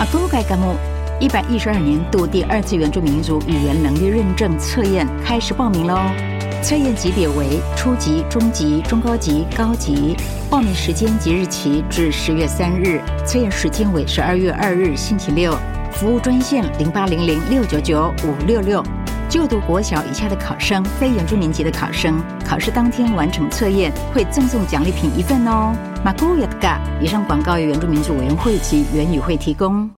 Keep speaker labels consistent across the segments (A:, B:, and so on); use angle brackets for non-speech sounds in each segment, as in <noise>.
A: 阿多盖嘎木一百一十二年度第二次原住民族语言能力认证测验开始报名喽！测验级别为初级、中级、中高级、高级。报名时间即日起至十月三日，测验时间为十二月二日星期六。服务专线零八零零六九九五六六。就读国小以下的考生，非原住民籍的考生，考试当天完成测验会赠送奖励品一份哦。马古雅嘎，以上广告由原住民族委员会及原语会提供。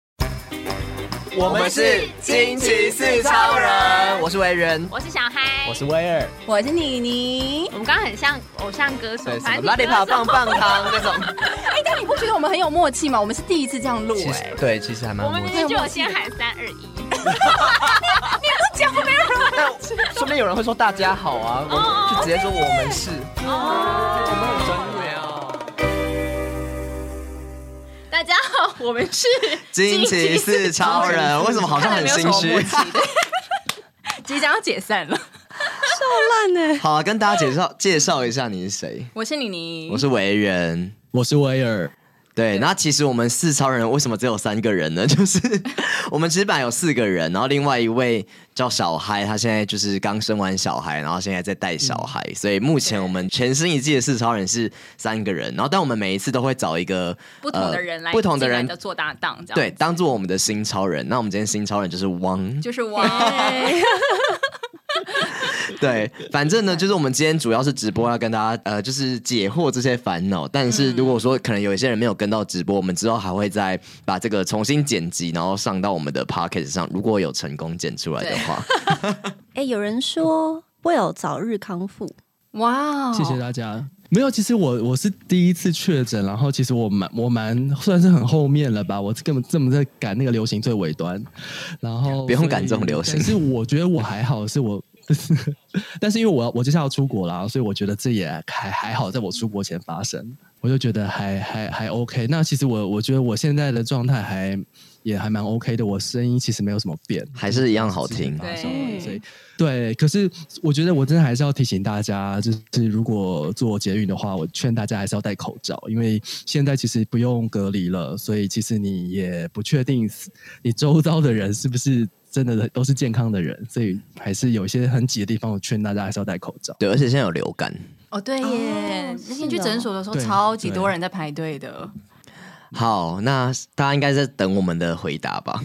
B: 我们是惊奇四超人，我是维人，
C: 我是小嗨，
D: 我是威尔，
E: 我是妮妮。
C: 我们刚刚很像偶像歌手
B: 对，，什
C: 团
B: 么
C: 体
B: 拉力
C: 歌手
B: 跑棒棒糖那种，
E: 哎，但你不觉得我们很有默契吗？我们是第一次这样
B: <laughs>
E: 录
B: 其
E: 哎
B: 实。对，其实还蛮
C: 我们
B: 默
C: 明
B: 契。
C: 明就有先喊三二
B: <laughs>
C: 一，
B: 但说不定有人会说大家好啊，我
C: 哦
B: 们就直接说我们是，
C: 哦，
B: 我们很专业哦。
C: 大家好，我们是
B: 惊奇四超人，为什么好像很心虚？ <laughs>
E: 即将要解散了。
B: 好、啊，跟大家介绍介绍一下你是谁，
E: 我是妮妮，
B: 我是维人。
D: 我是威尔。
B: 对，那其实我们四超人为什么只有三个人呢？ <laughs> 就是我们其实本来有四个人，然后另外一位叫小嗨，他现在就是刚生完小孩，然后现在在带小孩，
E: 嗯
B: 所以目前我们全新一季的四超人是三个人。然后，但我们每一次都会找一个
E: 不同的人来，
B: 呃不同的人
E: 的做搭档，这样
B: 对，当做我们的新超人。那我们今天新超人就是汪，
E: 就
B: <laughs>
E: 是我。
B: 对，反正呢，就是我们今天主要是直播要跟大家呃，就是解惑这些烦恼。但是如果说可能有一些人没有跟到直播，我们之后还会再把这个重新剪辑，然后上到我们的 p o c k e t 上。如果有成功剪出来的话，
F: 哎，有人说 Will 早日康复，
E: 哇，哦
D: 谢谢。大家。没有，其实我我是第一次确诊，然后其实我蛮我蛮算是很后面了吧，我根本这么在赶那个流行最尾端，然后
B: 不用
D: 所以
B: 赶这种流行
D: 但是我觉得我还好，是我， <laughs> 但是因为我要我接下来要出国啦，所以我觉得这也还还好，在我出国前发生，我就觉得还还还 OK。那其实我我觉得我现在的状态还也还蛮 OK 的，我声音其实没有什么变，
B: <laughs> 还是一样好听。
D: <laughs>
E: 对
D: 所以对，可是我觉得我真的还是要提醒大家，就是如果做捷运的话，我劝大家还是要戴口罩，因为现在其实不用隔离了，所以其实你也不确定你周遭的人是不是真的都是健康的人，所以还是有一些很挤的地方，我劝大家还是要戴口罩。
B: 对，而且现在有流感。
E: 哦，对耶
F: 哦，
E: 那天
F: 是
E: 去
F: 哦
E: 诊所的时候，
D: 对
E: 超级多人在排队的。
B: 好，那大家应该在等我们的回答吧？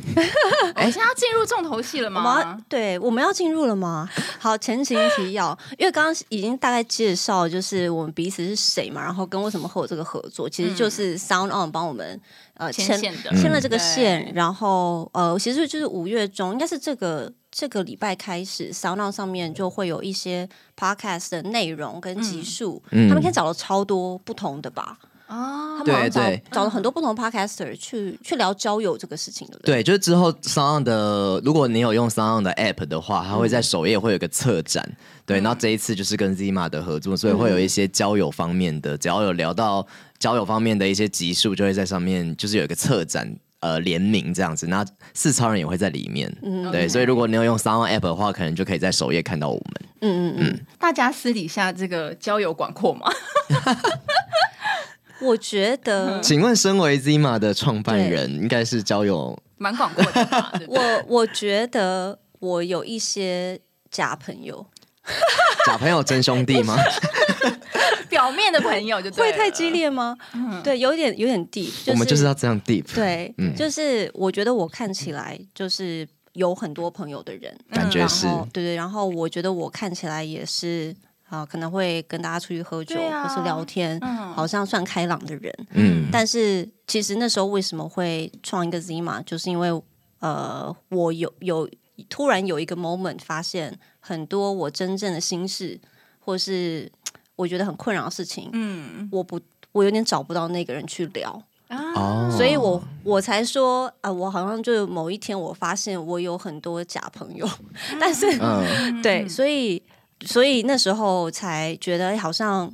E: 哎，现在要进入重头戏了
F: 我们要
E: 吗？
F: 对我们要进入了吗？ <laughs> 好，前情提要，因为刚刚已经大概介绍就是我们彼此是谁嘛，然后跟为什么会有这个合作，其实就是 Sound On 帮我们呃
E: 嗯牵
F: 牵
E: 线的嗯
F: 牵了这个
E: 对
F: 线，然后呃，其实就是五月中，应该是这个这个礼拜开始，Sound On 上面就会有一些 Podcast 的内容跟集数，
B: 嗯
F: 他们可以找了超多不同的吧。
E: 啊，
F: 他们好
B: 对
F: 像
B: 对
F: 找找了很多不同 podcaster 去去聊交友这个事情，对不对？
B: 对，就是之后 s o n 的，如果你有用 s o n 的 App 的话，它会
F: 嗯
B: 在首页会有一个策展。对，那这一次就是跟 Zima 的合作，所以会
F: 嗯
B: 有一些交友方面的，只要有聊到交友方面的一些集数，就会在上面就是有一个策展。呃，联名这样子，那四超人也会在里面，
F: 嗯
B: 对
E: OK
B: 所以如果你有用 s o n App 的话，可能就可以在首页看到我们。
F: 嗯嗯嗯，
E: 大家私底下这个交友广阔吗？
F: 我觉得
B: 请问，身为 Zima 的创办人，应该是交友
E: <laughs> 蛮广阔的吧？ <laughs> 对不对
F: 我我觉得我有一些假朋友，
B: 假朋友真兄
F: <laughs>
B: 弟吗？
E: 表面的朋友就对嗯
F: 会
E: 了
F: 太激。烈吗？对，有点有点 deep，
B: 我们就是要这样 deep，
F: 对，
B: 嗯
F: 就是我觉得我看起来就是有很多朋友的人，
B: 感觉
F: 嗯然
B: 嗯是、
F: 后对对，然后我觉得我看起来也是。啊、可能会跟大家出去喝酒、
E: 对啊
F: 或是聊天，
E: 嗯
F: 好像算开朗的人。
B: 嗯，
F: 但是其实那时候为什么会创一个 Zima，就是因为呃，我有有突然有一个 moment 发现很多我真正的心事，或是我觉得很困扰的事情，
E: 嗯
F: 我不我有点找不到那个人去聊，
E: 啊，
B: 哦，
F: 所以我我才说啊、呃我好像就某一天我发现我有很多假朋友， <laughs> 但是、
B: 嗯，
F: 对，所以所以那时候才觉得哎好像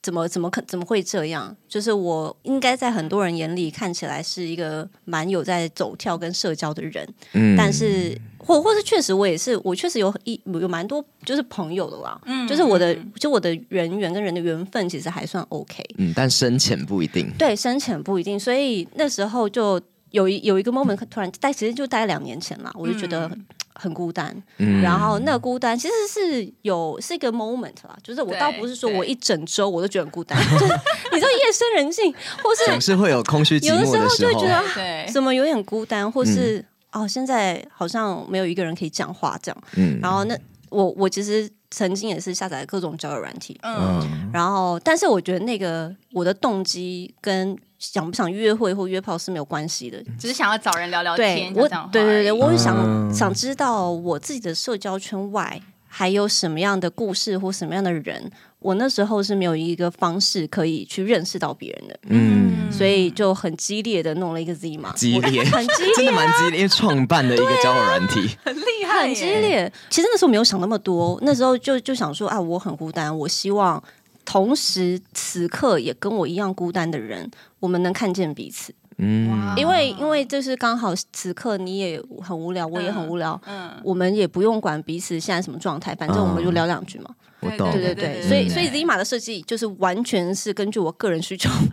F: 怎么怎么可怎么会这样？就是我应该在很多人眼里看起来是一个蛮有在走跳跟社交的人，
B: 嗯
F: 但是或或是确实我也是，我确实有一有蛮多就是朋友的啦，
E: 嗯
F: 就是我的就我的人缘跟人的缘分其实还算 OK，
B: 嗯，但深浅不一定。
F: 对，深浅不一定，所以那时候就有一有一个 moment 突然，但其实就大概两年前啦，我就觉得很很孤单。
B: 嗯
F: 然后那个孤单其实是有是一个 moment 啦，就是我
E: 对
F: 倒不是说
E: 对
F: 我一整周我都觉得很孤单， <laughs> 就是你知道夜深人静，或
B: 总
F: 是
B: 是会有空虚寂
F: 有的
B: 寞
F: 时候
B: 时
F: 就会觉得
E: 嗯
F: 啊
E: 对，
F: 怎么有点孤单，或是、哦现在好像没有一个人可以讲话这样。
B: 嗯
F: 然后那我我其实曾经也是下载各种交友软体，
E: 嗯，
B: 嗯
F: 然后但是我觉得那个我的动机跟想不想约会或约炮是没有关系的，
E: 只是想要找人聊聊
F: 对
E: 天，
F: 我
E: 讲讲话
F: 对对对，
E: 而已
F: 我会想、
B: 嗯
F: 想知道我自己的社交圈外还有什么样的故事或什么样的人。我那时候是没有一个方式可以去认识到别人的，
B: 嗯，
F: 所以就很激烈的弄了一个 Z 嘛，
B: 激烈
F: 我很激
B: <laughs> 真
F: 烈啊
B: 的。蛮激烈，因为创办的一个交友软体，
E: 很厉害耶，
F: 很激烈，其实那时候没有想那么多，那时候就就想说啊，我很孤单，我希望同时此刻也跟我一样孤单的人，我们能看见彼此。
B: 嗯
E: 哇
F: 因为因为就是刚好此刻你也很无聊，我也很无聊，
E: 嗯，
F: 我们也不用管彼此现在什么状态，反正我们
B: 嗯
F: 就聊两句嘛。
B: 我
E: 对
B: 懂，
F: 对对
E: 对对
F: 对，所以
B: 对
F: 所以 Z 码的设计就是完全是根据我个人需求。
B: 嗯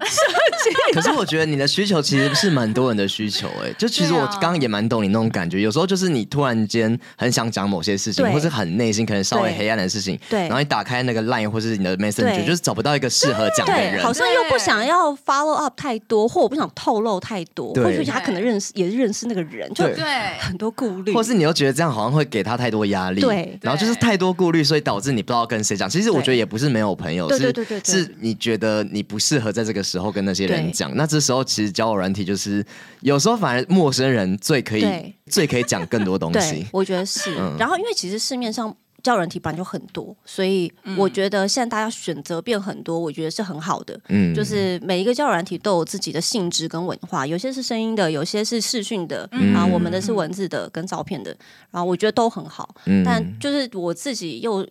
B: 可是我觉得你的需求其实是蛮多人的需求、哎，就其实我
E: 对啊
B: 刚刚也蛮懂你那种感觉。有时候就是你突然间很想讲某些事情，
F: 对
B: 或是很内心可能稍微
F: 对
B: 黑暗的事情，
F: 对
B: 然后你打开那个 Line 或是你的
F: 对
B: Messenger，就是找不到一个适合讲的
F: 对，
B: 人
F: 好。像又不想要 follow up 太多，或我不想透露太多，
B: 对
F: 或许他可能认识也认识那个人，就
B: 对
E: 对，
F: 很多顾虑。
B: 或是你又觉得这样好像会给他太多压力，
F: 对
B: 然后就是太多顾虑，所以导致你不知道跟谁讲。其实我觉得也不是没有朋友，
F: 对
B: 是
F: 对对对对
B: 是你觉得你不适合在这个时候跟那些人
F: 对
B: 讲。那这时候其实交友软体就是有时候反而陌生人最可以
F: 对
B: 最可以讲更多东
F: 对
B: 西，，
F: 我觉得是。
B: 嗯
F: 然后因为其实市面上。教人体本来就很多，所以我觉得现在大家选择变很多，我觉得是很好的。
B: 嗯，
F: 就是每一个交友软体都有自己的性质跟文化，有些是声音的，有些是视讯的，啊
B: 嗯
F: 然后我们的是文字的跟照片的，然后我觉得都很好。
B: 嗯
F: 但就是我自己又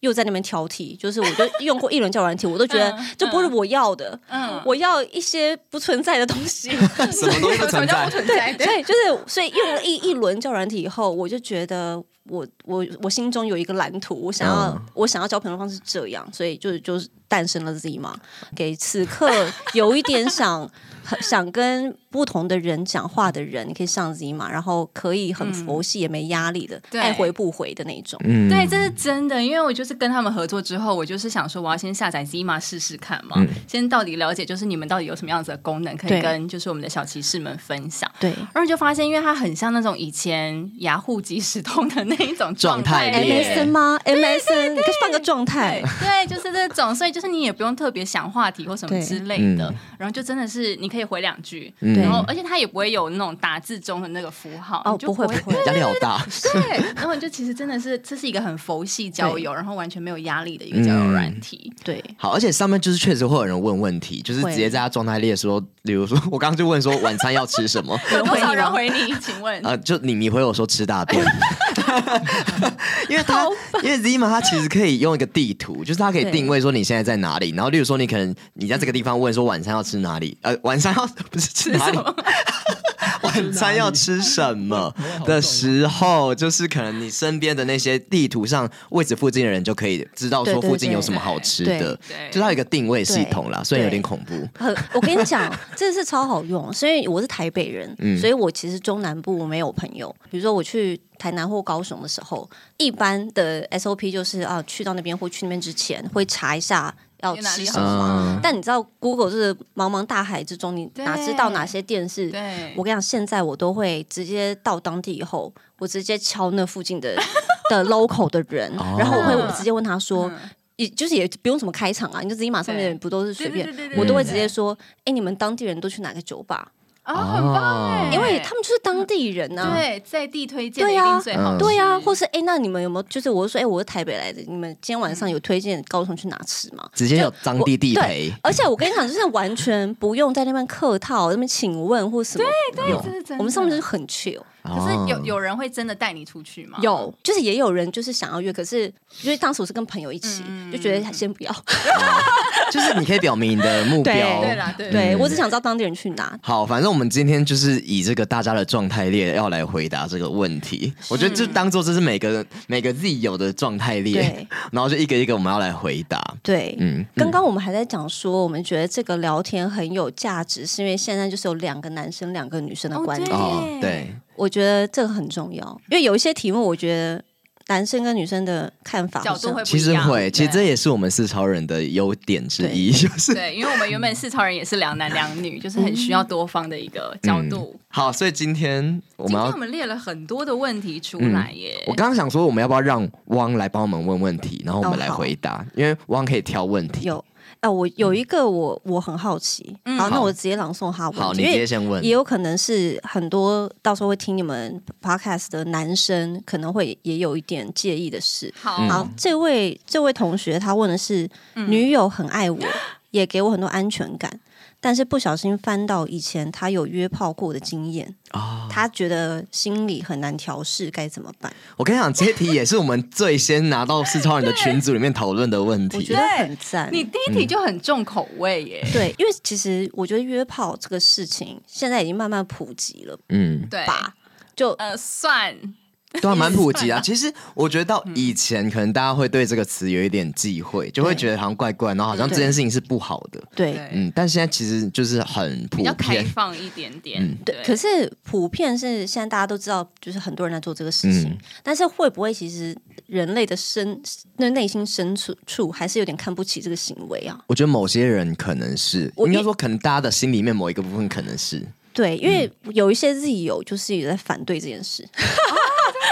F: 又在那边挑剔，就是我就用过一轮交友软体，我都觉得
E: 嗯
F: 这不是我要的，
E: 嗯，
F: 我要一些不存在的东
E: <laughs>
F: 西。
B: 什么东西不存
E: 叫
B: 在
E: 不。存在？
F: 所以就是，所以用了一一轮交友软体以后，我就觉得我我我心中有一个蓝图，我想要、
B: 嗯
F: 我想要交朋友的方式是这样，所以就就是诞生了 Z 嘛，给此刻有一点想很想跟不同的人讲话的人，你可以上 Z 嘛，然后可以很佛系也没压力的，
E: 嗯对
F: 爱回不回的那种。
B: 嗯
E: 对，这是真的，因为我就是跟他们合作之后，我就是想说，我要先下载 Zima 试试看嘛，
B: 嗯
E: 先到底了解，就是你们到底有什么样子的功能可以
F: 对
E: 跟就是我们的小骑士们分享。
F: 对，
E: 然后就发现，因为它很像那种以前雅虎即时通的那一种
B: 状态
E: 状
B: 列
F: MSN 吗？MSN，你可以放个状态
E: 对。对，就是这种，所以就是你也不用特别想话题或什么
F: 对
E: 之类的
B: 嗯，
E: 然后就真的是你可以回两句，
B: 嗯
E: 然后而且它也不会有那种打字中的那个符号，
F: 哦
E: 你就
F: 不会不会
B: 压力好大，
E: 对，然后就其实真的是这是一个很佛系交友，然后完全没有压力的一个交友软体。
F: 对，
B: 好，而且上面就是确实会有人问问题，就是
F: 会
B: 直接在他状态列说，例如说，我刚刚就问说晚餐要吃什
F: <laughs>
B: 么，
E: 有多少人
F: 回
E: 回
F: <laughs>
E: 你？请问？
B: 啊，就你你回我说吃大便，因为他因为 Zima 它其实可以用一个地图，就是它可以
F: 对
B: 定位说你现在在哪里，然后例如说你可能你在这个地方问说晚餐要吃哪里，呃，晚餐要不是吃哪里。 <laughs> 晚餐要吃什么的时候，就是可能你身边的那些地图上位置附近的人就可以知道说
F: 对对
B: 附近有
F: 对
B: 什么好吃
F: 对
B: 的
E: 对，
B: 就它有一个定位系
F: 对
B: 统啦，虽然有点
F: 对
B: 恐怖。
F: 很，我跟你讲，这是超好用，所以我是台北人，所以我其实中南部没有朋友。比如说我去台南或高雄的时候，一般的 SOP 就是啊，去到那边或去那边之前会查一下要
E: 有哪里
F: 吃
E: 好
F: 什么。
B: 嗯
F: 但你知道 Google 就是茫茫大海之中，你哪知道
E: 对
F: 哪些店是？
E: 对，
F: 我跟你讲，现在我都会直接到当地以后，我直接敲那附近的的 local 的人，
B: 哦
F: 然后我
E: 嗯
F: 会直接问他说，
E: 嗯
F: 也就是也不用什么开场啊，你就自己马上面的人
E: 对
F: 不都是随便
E: 对对对，对
F: 我都会
E: 对
F: 直接说，哎，你们当地人都去哪个酒吧？
E: 啊，很棒哎，
F: 因为他们就是当地人呐、啊。
E: 对在地推荐的
F: 对啊
E: 一
F: 呀
E: 定最好
B: 嗯
E: 吃，
F: 对呀、或是哎、诶那你们有没有就是我就说哎、诶我是台北来的，你们今天晚
E: 嗯
F: 上有推荐高雄去哪吃吗？
B: 直接有当地地
F: 对
B: 陪，
F: 而且我跟你讲，就是完全不用在那边客套，那边请问或什么。
E: 对，这是真的。
F: 我们上面就是很 chill，
E: 可是有
B: 哦
E: 有人会真的带你出去吗？
F: 有，就是也有人就是想要约，可是因为当时我是跟朋友一起，
E: 嗯
F: 就觉得先不要。
B: <laughs> 就是你可以表明你的目
F: 对
B: 标，
E: 对啦，对，
F: <laughs> 对
B: 嗯
F: 我只想知道当地人去哪。
B: 好，反正我们今天就是以这个大家的状态列要来回答这个问题。我觉得就当做这是每个人每个 Z 有的状态列
F: 对，
B: 然后就一个一个我们要来回答。
F: 对，
B: 嗯，
F: 刚刚我们还在讲说，我们觉得这个聊天很有价值，是因为现在就是有两个男生、两个女生的
E: 哦
F: 观
E: 对
F: 点。
B: 哦，对，
F: 我觉得这个很重要，因为有一些题目，我觉得男生跟女生的看法
E: 角
F: 好像
E: 度会不
B: 其
E: 一
B: 实
E: 样
B: 会，其实这
E: 对
B: 也是我们四超人的优点之一，就是嗯
E: 对，因为我们原本四超人也是两男两女，就是很需要
F: 嗯
E: 多方的一个角度
B: 嗯。好，所以今天我
E: 今
B: 们
E: 天
B: 要
E: 我们列了很多的问题出
B: 嗯
E: 来耶，
B: 我刚刚想说，我们要不要让汪来帮我们问问题，然后我们
F: 哦
B: 来
F: 好
B: 回答，因为汪可以挑问题。
F: 有。啊，我有一个我我很好奇，
E: 嗯
F: 好，那
B: 嗯好
F: 我直接朗诵哈文，
B: 好，你
F: 因
B: 直
F: 为
B: 接先问
F: 也。有可能是很多到时候会听你们 podcast 的男生，可能会也有一点介意的事。
B: 嗯
E: 好
F: 好，这位这位同学他问的是，
E: 嗯
F: 女友很爱我，也给我很多安全感，但是不小心翻到以前他有约炮过的经验，
B: 哦
F: 他觉得心里很难调试，该怎么办？
B: 我跟你讲，这些题也是我们最先拿到四超人的群组里面讨论的问
F: 我
B: 题
F: 觉。得很赞。
E: 你第一题就很重口味耶，
B: 嗯
F: 对，因为其实我觉得约炮这个事情现在已经慢慢普及了
B: 嗯，
E: 对，
F: 吧？就
E: 呃，算
B: 对啊，蛮普及啊。其实我觉得到以前，可能大家会对这个词有一点忌讳，就会觉得好像怪怪，然后好像这件事情是不好的。
F: 对
E: 对，
B: 嗯，但现在其实就是很普
E: 比较开
B: 遍。
E: 放一点
B: 嗯
E: 点，
F: 对，可是普遍是现在大家都知道，就是很多人在做这个事情，
B: 嗯
F: 但是会不会其实人类的深那内心深处处还是有点看不起这个行为啊？
B: 我觉得某些人可能是，
F: 我
B: 应该
F: 一
B: 说可能大家的心里面某一个部分可能是
F: 对，因为
B: 嗯
F: 有一些自己有就是也在反对这件事，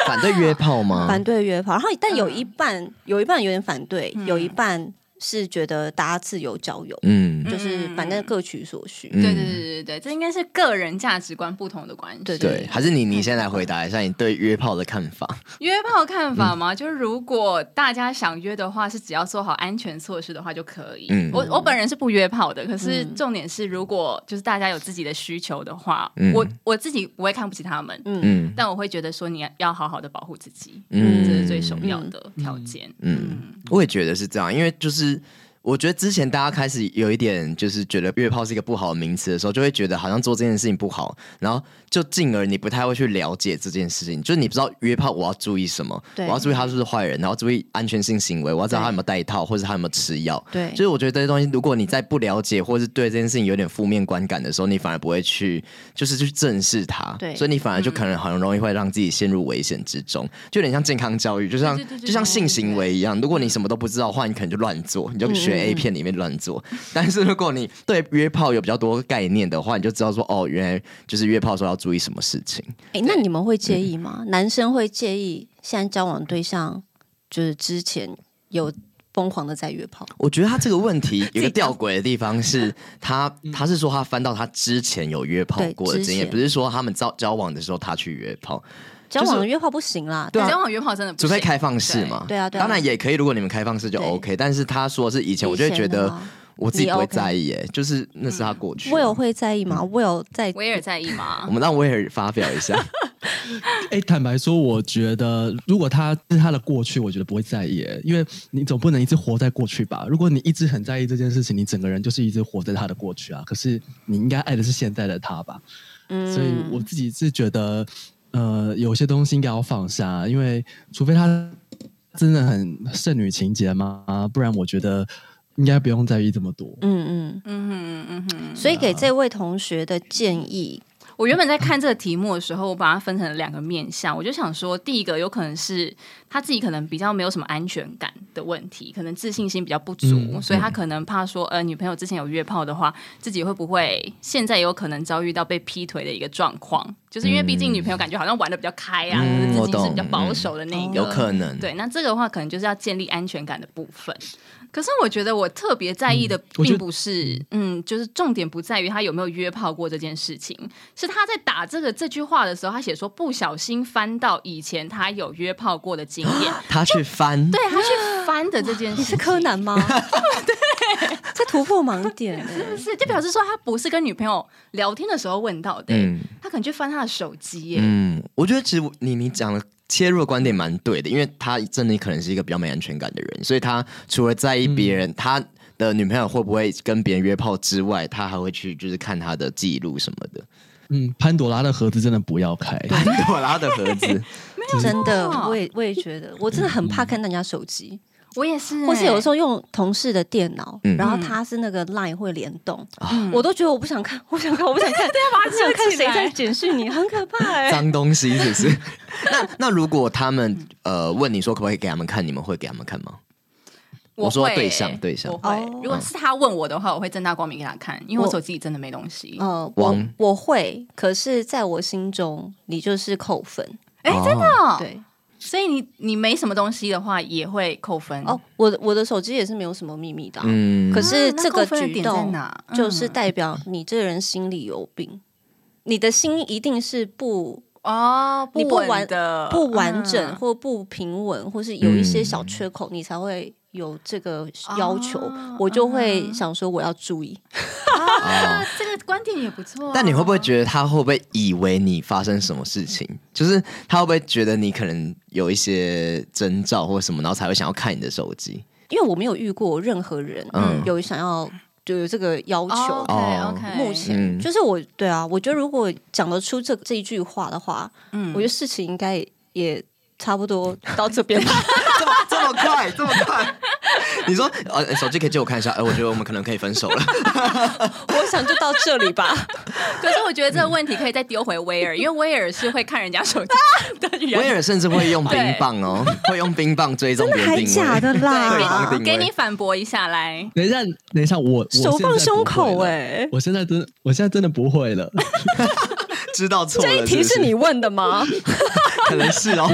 B: 反对约炮吗？
F: 反对约炮，然后但有一半、有一半有点反对，有一半是觉得大家自由交友，
B: 嗯，
F: 就是反正各取所需。
B: 嗯
E: 对对对对对，这应该是个人价值观不同的关系。
F: 对
B: 对，还是你你先来回答一下你对约炮的看法。
E: 约炮看法
B: 嗯
E: 吗？就是如果大家想约的话，是只要做好安全措施的话就可以。
B: 嗯
E: 我我本人是不约炮的，可是重点是，如果就是大家有自己的需求的话，
B: 嗯
E: 我我自己不会看不起他们，
B: 嗯
E: 但我会觉得说你要好好的保护自己，
B: 嗯
E: 这是最首要的条件。
B: 嗯，我也觉得是这样，因为就是。我觉得之前大家开始有一点就是觉得约炮是一个不好的名词的时候，就会觉得好像做这件事情不好，然后就进而你不太会去了解这件事情，就是你不知道约炮我要注意什么，我
F: 对
B: 要注意他是不是坏人，然后注意安全性行为，我要知道他有没有带套或者他有没有吃药。
F: 对
B: 就是我觉得这些东西，如果你在不了解或是对这件事情有点负面观感的时候，你反而不会去就是去正视它，
F: 对
B: 所以你反而就可能很容易会让自己陷入危险之中，就有点像健康教育，就像
E: 对对对对
B: 就像性行为。一样，如果你什么都不知道的话，你可能就乱做，你就学 A 片里面乱做。但是如果你对约炮有比较多概念的话，你就知道说哦，原来就是约炮的时候要注意什么事情。
F: 哎、那你们会介意吗？
B: 嗯
F: 男生会介意现在交往对象就是之前有疯狂的在约炮？
B: 我觉得他这个问
F: <laughs>
B: 题有一个吊诡的地方是，他他是说他翻到他之前有约炮
F: 嗯对
B: 过的
F: 之
B: 经验，
F: 前
B: 不是说他们交交往的时候他去约炮，
F: 交往
B: 就
F: 的约炮不行啦，
B: 对啊
E: 交往约炮真的不
B: 除非
E: 行
B: 开放式嘛。
F: 对啊对啊
B: 当然也可以，如果你们开放式就
F: 对
B: OK。但是他说是以前，我就会觉
F: 以前的
B: 得
F: 吗
B: 我自己不会
F: 你 OK 嗯
B: 在意，哎，就是那是他啊嗯过去。
F: 我有会在意吗？我有在
E: 威尔在意吗
B: 我？们让威尔发表一下。
D: 哎、坦白说，我觉得如果他是他的过去，我觉得不会在意耶，因为你总不能一直活在过去吧。如果你一直很在意这件事情，你整个人就是一直活在他的过去啊。可是你应该爱的是现在的他吧？
F: 嗯
D: 所以我自己是觉得，呃，有些东西应该要放下，因为除非他真的很剩女情节嘛，不然我觉得应该不用在意这么多。
F: 嗯
E: 嗯哼嗯哼。
F: 嗯，所以给这位同学的建议，
E: 我原本在看这个题目的时候，我把它分成了两个面向，我就想说，第一个有可能是他自己可能比较没有什么安全感的问题，可能自信心比较不足，
D: 嗯
E: 所以他可能怕说，呃，女朋友之前有约炮的话，自己会不会现在有可能遭遇到被劈腿的一个状况？就是因为毕竟女朋友感觉好像玩的比较开啊，
B: 嗯
E: 就是
B: 我
E: 自己
B: 懂
E: 是比较保守的那一个，
B: 有可能
E: 对，那这个的话可能就是要建立安全感的部分。可是我觉得我特别在意的
D: 我觉
E: 并
D: 得
E: 不是，嗯就是重点不在于他有没有约炮过这件事情，是他在打这个这句话的时候，他写说不小心翻到以前他有约炮过的经验，
B: 他去翻，
E: 对他去翻的这件事情。
F: 你是柯南吗？这突破盲点欸、
E: 是，就表示说他不是跟女朋友聊天的时候问到的、
B: 嗯
E: 他可能去翻他的手机耶、
B: 嗯，我觉得其实你你讲的切入的观点蛮对的，因为他真的可能是一个比较没安全感的人，所以他除了在意别人、他的女朋友会不会跟别人约炮之外，他还会去就是看他的记录什么的。
D: 嗯，潘朵拉的盒子真的不要开，
B: 潘朵拉的盒子，
F: 真的，我也我也觉
B: 嗯
F: 得，我真的很怕看人家手机，
E: 我也是、
F: 或是有的时
E: 候，
F: 候用同事的电脑，
B: 嗯啊
F: 然后他是那个 Line 会联动，
E: 嗯
F: 我都觉得我不想看， <laughs> 我不想看，我不想看，对
E: 把它
F: 我不想看
E: 遮起
F: 谁
E: 来
F: 在检视你，很可怕哎、
B: 脏东西是不是？ <laughs> 那那如果他们呃问你说可不可以给他们看，你们会给他们看吗？我说
E: 欸会
B: 对
E: 耶
B: 象对象
E: 我会、
F: 哦
E: 如果是他问我的话，我会正大光明给他看，因为我手机里真的没东西。
F: 呃，我
B: 王
F: 我会，可是在我心中，你就是扣分。
E: 哎、真的、对，
F: 对，
E: 所以你你没什么东西的话，也会扣分
F: 哦，我的我的手机也是没有什么秘密的啊、
B: 嗯，
F: 可是
E: 啊那
F: 这个
E: 扣分的
F: 举
E: 点在
F: 动
E: 哪嗯
F: 就是代表你这人心里有病，你的心一定是不
E: 哦，
F: 你不
E: 稳
F: 完
E: 的
F: 不完整
E: 嗯
F: 或不平稳，或是有一些
B: 嗯
F: 小缺口，你才会有这个要求。
E: 哦
F: 我就会想说，我要注意。
E: 啊， <laughs> 这个观点也不错啊、
B: 哦但你会不会觉得他会不会以为你发生什么事情？就是他会不会觉得你可能有一些征兆或什么，然后才会想要看你的手机？
F: 因为我没有遇过任何人
B: 嗯
F: 有想要就有这个要求。
E: 哦
B: 哦
E: OK，OK
F: 目前、
B: 嗯
F: 就是我对啊，我觉得如果讲得出这这一句话的话，
E: 嗯
F: 我觉得事情应该也差不多到这边吧。 <laughs>
B: 这么 <laughs> 这么快，这么快？ <laughs> 你说呃，手机可以借我看一下？哎、我觉得我们可能可以分手了。
F: <laughs> 我想就到这里吧。
E: 可是我觉得
B: 嗯
E: 这个问题可以再丢回威
B: <laughs>
E: 尔，因为威尔是会看人家手机的人。
B: 威尔甚至会用冰棒哦，会用冰棒追踪别人定位。
F: 的
B: 对方定
E: 对，
B: 位
E: 给你反驳一下来。
D: 等一下，等一下，我我
F: 手放胸口
D: 哎、
F: 哎、
D: 我现在真，我现在真的不
F: <laughs>
D: 会了，
B: 知道错了
F: 这一题
B: 不
F: 是你问的吗？
B: 可能 <laughs> 是
F: <laughs>
B: 哦。